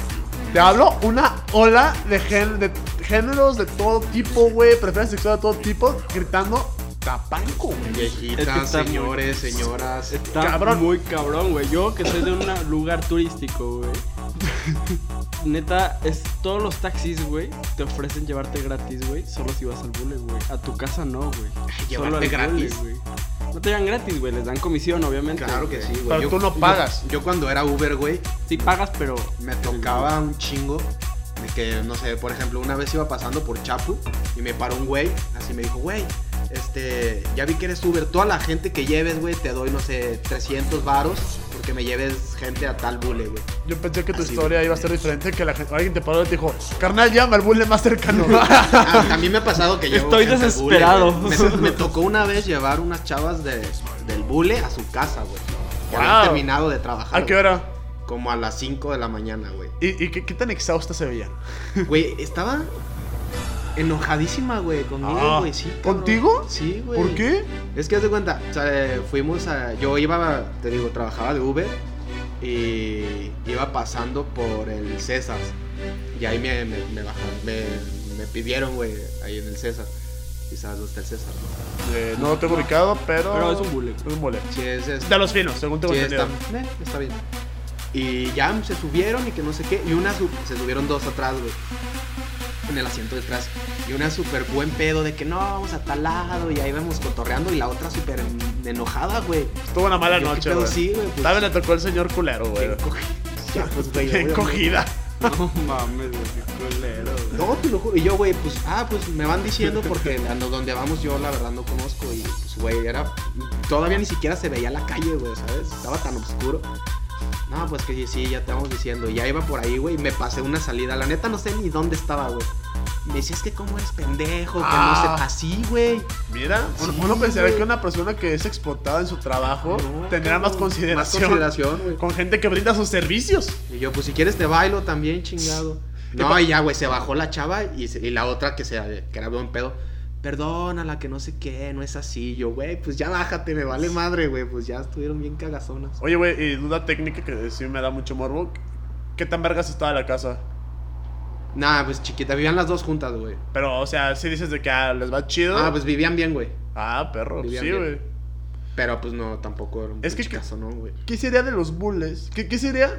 Speaker 1: Te hablo una ola de, gen- de géneros de todo tipo, güey. Preferencia sexual de todo tipo. Gritando tapanco, güey.
Speaker 5: Viejitas,
Speaker 2: Es que está muy- Este
Speaker 5: señores, señoras.
Speaker 2: Está
Speaker 1: Cabrón.
Speaker 2: muy cabrón, güey. Yo que soy de un lugar turístico, güey. Neta, es todos los taxis, güey, te ofrecen llevarte gratis, güey, solo si vas al bule, güey. A tu casa no, güey. Solo
Speaker 5: ¿llevarte
Speaker 2: al bule,
Speaker 5: gratis?
Speaker 2: güey. No te dan gratis, güey, les dan comisión, obviamente.
Speaker 5: Claro que sí, güey.
Speaker 1: Pero tú no pagas.
Speaker 5: Yo, cuando era Uber, güey,
Speaker 2: Sí pagas, pero
Speaker 5: me tocaba un chingo de que, no sé, por ejemplo, una vez iba pasando por Chapu y me paró un güey, así me dijo, güey, este, ya vi que eres Uber, toda la gente que lleves, güey, te doy, no sé, 300 varos porque me lleves gente a tal bule, güey.
Speaker 1: Yo pensé que tu
Speaker 5: Así
Speaker 1: historia
Speaker 5: de-
Speaker 1: iba a ser diferente, que la gente, alguien te paró y te dijo, carnal, llama al bule más cercano.
Speaker 5: Ah, También me ha pasado que llevo
Speaker 2: Estoy
Speaker 5: gente al bule,
Speaker 2: desesperado.
Speaker 5: güey. me, me tocó una vez llevar unas chavas de- del bule a su casa, güey. Que habían
Speaker 1: Wow.
Speaker 5: terminado de trabajar.
Speaker 1: ¿A qué
Speaker 5: güey.
Speaker 1: hora?
Speaker 5: Como a las 5 de la mañana, güey.
Speaker 1: ¿Y, y qué, qué tan exhausta se veían?
Speaker 5: Güey, estaba enojadísima, güey, conmigo,
Speaker 1: Ah,
Speaker 5: güey, sí. cabrón.
Speaker 1: ¿Contigo?
Speaker 5: Sí, güey.
Speaker 1: ¿Por qué?
Speaker 5: Es que haz de cuenta, o sea, eh, fuimos a. Yo iba, te digo, trabajaba de Uber y iba pasando por el César. Y ahí me, me, me bajaron, me, me pidieron, güey, ahí en el César. Y sabes dónde está el César, ¿no?
Speaker 1: Eh, no lo tengo ubicado, pero...
Speaker 2: Pero es un bule.
Speaker 1: Es un bule.
Speaker 5: Sí, es este-
Speaker 1: De los finos, según tengo
Speaker 5: Sí, está,
Speaker 1: entendido.
Speaker 5: eh, está bien. Y ya se subieron y que no sé qué. Y una su- se subieron dos atrás, güey. En el asiento detrás. Y una súper buen pedo de que no, vamos a tal lado. Y ahí vamos cotorreando. Y la otra súper en- enojada, güey.
Speaker 1: Estuvo una mala
Speaker 5: Yo, ¿qué
Speaker 1: noche,
Speaker 5: pedo?
Speaker 1: güey.
Speaker 5: Sí, güey. pues,
Speaker 1: Tal vez le tocó el señor culero, güey.
Speaker 5: bien cogi- Ya, pues, güey,
Speaker 1: Bien
Speaker 5: obviamente.
Speaker 1: cogida.
Speaker 2: no mames, güey, qué culero. güey.
Speaker 5: No, te lo juro. Y yo, güey, pues, ah, pues me van diciendo porque a no- donde vamos yo la verdad no conozco. Y pues, güey, era. Todavía ni siquiera se veía la calle, güey, ¿sabes? Estaba tan oscuro. No, pues que sí, sí, ya te vamos diciendo. Y Ya iba por ahí, güey, y me pasé una salida. La neta no sé ni dónde estaba, güey. Me decía, es que cómo eres pendejo, que
Speaker 1: Ah.
Speaker 5: no sé. Así, güey.
Speaker 1: Mira, uno,
Speaker 5: Sí,
Speaker 1: uno pensaría
Speaker 5: güey.
Speaker 1: que una persona que es explotada en su trabajo
Speaker 5: No,
Speaker 1: tendrá más
Speaker 5: cabrón.
Speaker 1: consideración,
Speaker 5: Más consideración, güey.
Speaker 1: con gente que brinda sus servicios.
Speaker 5: Y yo, pues si quieres te bailo también, chingado. No, y ya, güey, se bajó la chava y, se- y la otra que, se, que era buen pedo. Perdónala, que no sé qué, no es así. Yo, güey, pues ya bájate, me vale madre, güey. Pues ya estuvieron bien cagazonas.
Speaker 1: Oye, güey, y duda técnica que sí me da mucho morbo. ¿Qué tan vergas estaba la casa?
Speaker 5: Nah, pues chiquita, vivían las dos juntas, güey.
Speaker 1: Pero, o sea, si dices de que ah, les va chido.
Speaker 5: Ah, pues vivían bien, güey.
Speaker 1: Ah, perro,
Speaker 5: Vivían
Speaker 1: sí,
Speaker 5: bien.
Speaker 1: güey.
Speaker 5: Pero pues no, tampoco era un
Speaker 1: Es que-
Speaker 5: caso, ¿no, güey?
Speaker 1: ¿Qué sería de los bulles? ¿Qué, qué sería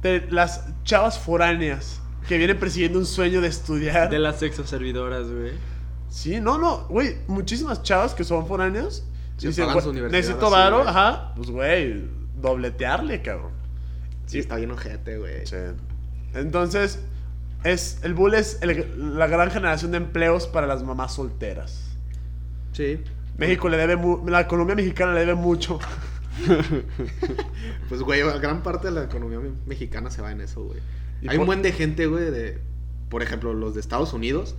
Speaker 1: de las chavas foráneas que vienen persiguiendo un sueño de estudiar?
Speaker 2: De las exoservidoras, güey.
Speaker 1: Sí, no, no, güey, muchísimas chavas que son foráneas.
Speaker 5: Sí,
Speaker 1: dicen,
Speaker 5: pagan su
Speaker 1: "Güey,
Speaker 5: universidad
Speaker 1: necesito
Speaker 5: así,
Speaker 1: varo,
Speaker 5: güey.
Speaker 1: ajá. Pues, güey, dobletearle, cabrón.
Speaker 5: Sí, está bien ojete, güey.
Speaker 1: Sí. Entonces, es, el bull es el- la gran generación de empleos para las mamás solteras.
Speaker 5: Sí.
Speaker 1: México le debe, mu- la economía mexicana le debe mucho.
Speaker 5: Pues, güey, gran parte de la economía me- mexicana se va en eso, güey.
Speaker 1: Y
Speaker 5: Hay un
Speaker 1: por-
Speaker 5: buen de gente, güey, de... Por ejemplo, los de Estados Unidos,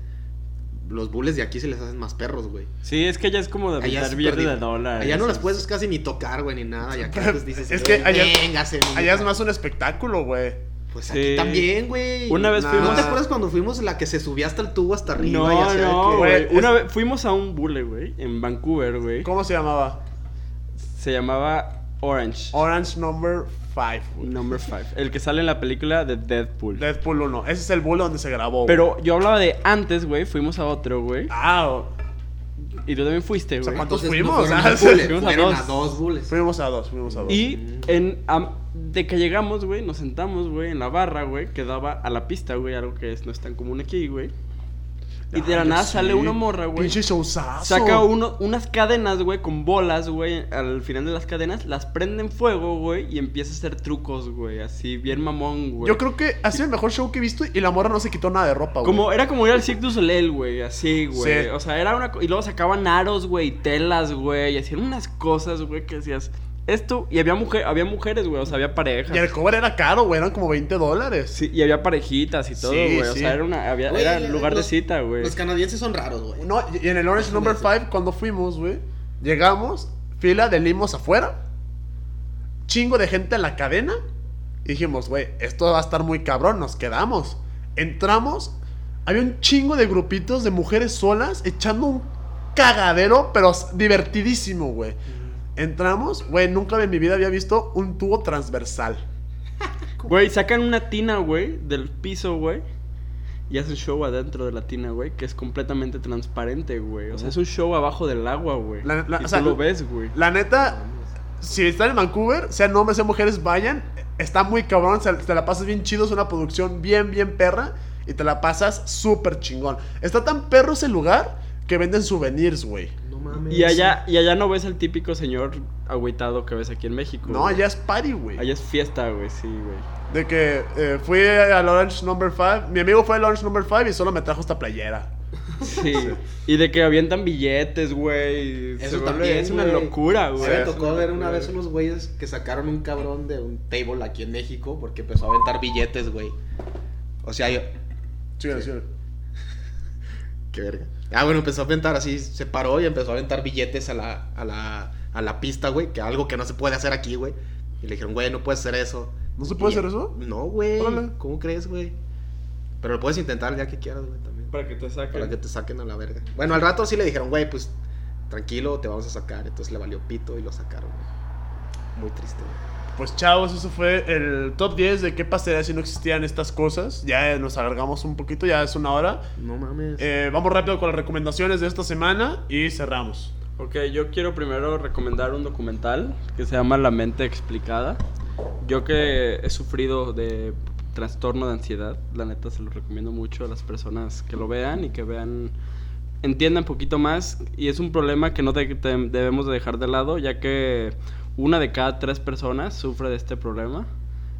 Speaker 5: los bulles de aquí se les hacen más perros, güey.
Speaker 2: Sí, es que ya es como de
Speaker 5: Allá,
Speaker 2: evitar
Speaker 5: es
Speaker 2: billetes de
Speaker 5: perdido.
Speaker 2: dólar.
Speaker 5: allá no
Speaker 2: eso
Speaker 5: las
Speaker 2: es-
Speaker 5: puedes casi ni tocar, güey, ni nada. Y acá pues dices,
Speaker 1: Es que
Speaker 5: "Eh,
Speaker 1: allá-
Speaker 5: véngase, mi
Speaker 1: Allá es
Speaker 5: hija".
Speaker 1: más un espectáculo, güey.
Speaker 5: Pues
Speaker 2: Sí.
Speaker 5: aquí también, güey.
Speaker 2: Una vez
Speaker 5: ¿No
Speaker 2: fuimos-
Speaker 5: te acuerdas cuando fuimos la que se subía hasta el tubo hasta arriba? y
Speaker 2: No,
Speaker 5: hacía de
Speaker 2: no,
Speaker 5: que-
Speaker 2: güey.
Speaker 1: Güey,
Speaker 2: Una
Speaker 1: es-
Speaker 2: vez fuimos a un bule, güey, en Vancouver, güey.
Speaker 1: ¿Cómo se llamaba?
Speaker 2: Se llamaba Orange.
Speaker 1: Orange Number 5, güey.
Speaker 2: Number 5. El que sale en la película de Deadpool.
Speaker 1: Deadpool 1. Ese es el bull donde se grabó. güey.
Speaker 2: Pero yo hablaba de antes, güey. Fuimos a otro, güey.
Speaker 1: Ah, o-
Speaker 2: Y tú también fuiste,
Speaker 1: sea,
Speaker 2: güey.
Speaker 1: ¿cuántos
Speaker 5: Entonces,
Speaker 1: fuimos?
Speaker 5: no fueron
Speaker 1: Ah,
Speaker 5: dos bules,
Speaker 2: fuimos a
Speaker 5: fueron
Speaker 2: dos.
Speaker 5: a dos bulles.
Speaker 1: fuimos a dos, fuimos a dos.
Speaker 2: Y en, am- de que llegamos, güey, nos sentamos, güey, en la barra, güey, que daba a la pista, güey, algo que es, no es tan común aquí, güey. Y de la
Speaker 1: Ay,
Speaker 2: nada
Speaker 1: sí.
Speaker 2: sale una morra, güey.
Speaker 1: Pinche showzazo.
Speaker 2: Saca uno, unas cadenas, güey, con bolas, güey. Al final de las cadenas, las prende en fuego, güey, y empieza a hacer trucos, güey. Así, bien mamón, güey.
Speaker 1: Yo creo que ha sido el mejor show que he visto y la morra no se quitó nada de ropa, güey.
Speaker 2: Como, era como ir al Cirque du Soleil, güey, así, güey.
Speaker 1: Sí.
Speaker 2: O sea, era una... co- Y luego sacaban aros, güey, y telas, güey, y hacían unas cosas, güey, que decías... esto. Y había, mujer, había mujeres, güey. O sea, había parejas.
Speaker 1: Y el cover era caro, güey. Eran como 20 dólares.
Speaker 2: Sí, y había parejitas y todo,
Speaker 1: Sí,
Speaker 2: güey. O
Speaker 1: sí.
Speaker 2: sea, era, una, había-
Speaker 5: Güey,
Speaker 2: era
Speaker 5: los-
Speaker 2: lugar de
Speaker 5: los-
Speaker 2: cita, güey.
Speaker 5: Los canadienses son raros, güey.
Speaker 1: No, y y en el Orange Number 5, cuando fuimos, güey, llegamos, fila de limos afuera, chingo de gente en la cadena, y dijimos, güey, esto va a estar muy cabrón, nos quedamos. Entramos, había un chingo de grupitos de mujeres solas echando un cagadero, pero s- divertidísimo, güey. Entramos, güey, nunca en mi vida había visto un tubo transversal.
Speaker 2: Güey, sacan una tina, güey, del piso, güey. Y hacen show adentro de la tina, güey, que es completamente transparente, güey. O sea, es un show abajo del agua, güey.
Speaker 1: La- la-
Speaker 2: y
Speaker 1: o
Speaker 2: tú
Speaker 1: sea,
Speaker 2: lo ves, güey.
Speaker 1: La neta, si están en Vancouver, sean hombres, sean mujeres, vayan. Está muy cabrón, se- te la pasas bien chido, es una producción bien, bien perra y te la pasas súper chingón. Está tan perro ese lugar que venden souvenirs, güey.
Speaker 5: No mames.
Speaker 2: Y allá, y allá no ves al típico señor agüitado que ves aquí en México.
Speaker 1: No,
Speaker 2: güey.
Speaker 1: allá es party, güey.
Speaker 2: Allá es fiesta, güey, sí, güey.
Speaker 1: De que eh, fui al Orange Number 5, mi amigo fue al Orange Number 5 y solo me trajo esta playera.
Speaker 2: Sí. y de que avientan billetes, güey.
Speaker 5: Eso
Speaker 2: Se vuelve-
Speaker 5: también,
Speaker 2: Es una
Speaker 5: güey.
Speaker 2: locura,
Speaker 5: A mí
Speaker 2: güey.
Speaker 5: me
Speaker 1: Sí.
Speaker 5: tocó ver una vez unos güeyes que sacaron un cabrón de un table aquí en México porque empezó a aventar billetes, güey. O sea, yo...
Speaker 1: Síguele, síguele.
Speaker 5: Qué verga. Ah, bueno, empezó a aventar así, se paró y empezó a aventar billetes a la, a la, a la pista, güey, que algo que no se puede hacer aquí, güey. Y le dijeron, güey, no puedes hacer eso.
Speaker 1: ¿No se puede
Speaker 5: Y-
Speaker 1: hacer eso?
Speaker 5: No, güey.
Speaker 1: Órale.
Speaker 5: ¿Cómo crees, güey? Pero lo puedes intentar ya que quieras, güey, también.
Speaker 2: Para que te saquen.
Speaker 5: Para que te saquen a la verga. Bueno, al rato sí le dijeron, güey, pues tranquilo, te vamos a sacar. Entonces le valió pito y lo sacaron, güey. Muy triste, güey.
Speaker 1: Pues chavos, eso fue el top 10 de qué pasaría si no existían estas cosas. Ya nos alargamos un poquito, ya es una hora.
Speaker 5: No mames.
Speaker 1: Eh, vamos rápido con las recomendaciones de esta semana y cerramos.
Speaker 2: Ok, yo quiero primero recomendar un documental que se llama La mente explicada. Yo que he sufrido de trastorno de ansiedad, la neta se lo recomiendo mucho a las personas que lo vean y que vean, entiendan un poquito más. Y es un problema que no de- te- debemos de dejar de lado, ya que una de cada tres personas sufre de este problema.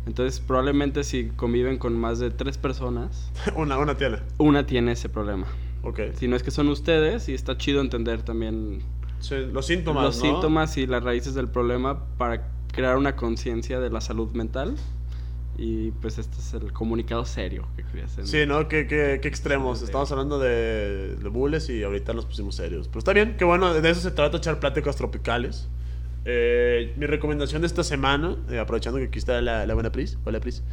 Speaker 2: Entonces probablemente si conviven con más de tres personas,
Speaker 1: una, una tiene.
Speaker 2: una tiene ese problema.
Speaker 1: Ok.
Speaker 2: Si no es que son ustedes y está chido entender también
Speaker 1: Sí, los síntomas.
Speaker 2: los
Speaker 1: ¿no?
Speaker 2: síntomas y las raíces del problema para crear una conciencia de la salud mental. Y pues este es el comunicado serio que quería hacer.
Speaker 1: Sí, ¿no? ¿Qué, qué, qué extremos? Estamos hablando de, de bulles y ahorita nos pusimos serios. Pero está bien, que bueno, de eso se trata, echar pláticas tropicales. Eh, mi recomendación de esta semana, eh, aprovechando que aquí está la, la buena Pris, hola Pris,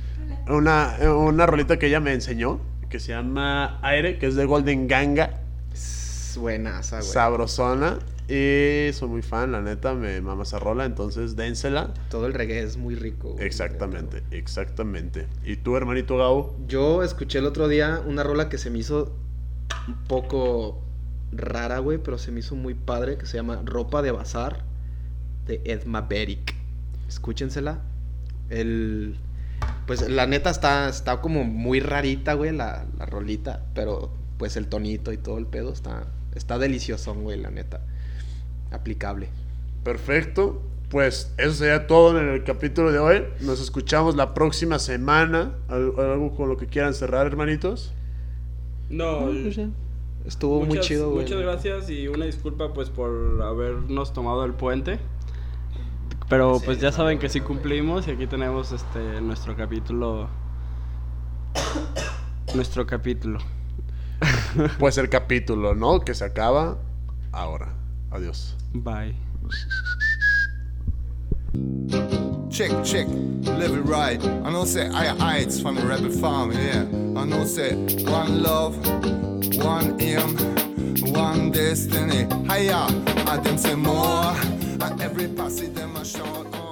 Speaker 1: una, eh, una rolita que ella me enseñó, que se llama Aire, que es de Golden Ganga.
Speaker 5: Es buenaza, güey.
Speaker 1: sabrosona. Y soy muy fan, la neta, me mama esa rola, entonces dénsela.
Speaker 5: Todo el reggae es muy rico. güey.
Speaker 1: Exactamente, exactamente. ¿Y tú, hermanito Gabo?
Speaker 5: Yo escuché el otro día una rola que se me hizo un poco rara, güey, pero se me hizo muy padre, que se llama Ropa de Bazar de Ed Maverick. Escúchensela. El pues la neta está está como muy rarita, güey, la, la rolita, pero pues el tonito y todo el pedo está está deliciosón, güey, la neta. Aplicable.
Speaker 1: Perfecto. Pues eso sería todo en el capítulo de hoy. Nos escuchamos la próxima semana. Al- ¿Algo con lo que quieran cerrar, hermanitos?
Speaker 2: No,
Speaker 5: Estuvo muy chido, güey.
Speaker 2: Muchas gracias y una disculpa pues por habernos tomado el puente. Pero pues ya saben que sí cumplimos y aquí tenemos este nuestro capítulo. nuestro capítulo.
Speaker 1: Pues el capítulo, ¿no? Que se acaba ahora. Adiós.
Speaker 2: Bye.
Speaker 4: Check, check, live it right. I know say higher heights from the rebel farm, yeah. I know say one love, one aim, one destiny. Higher, I them say more. And every passage them a shout. oh.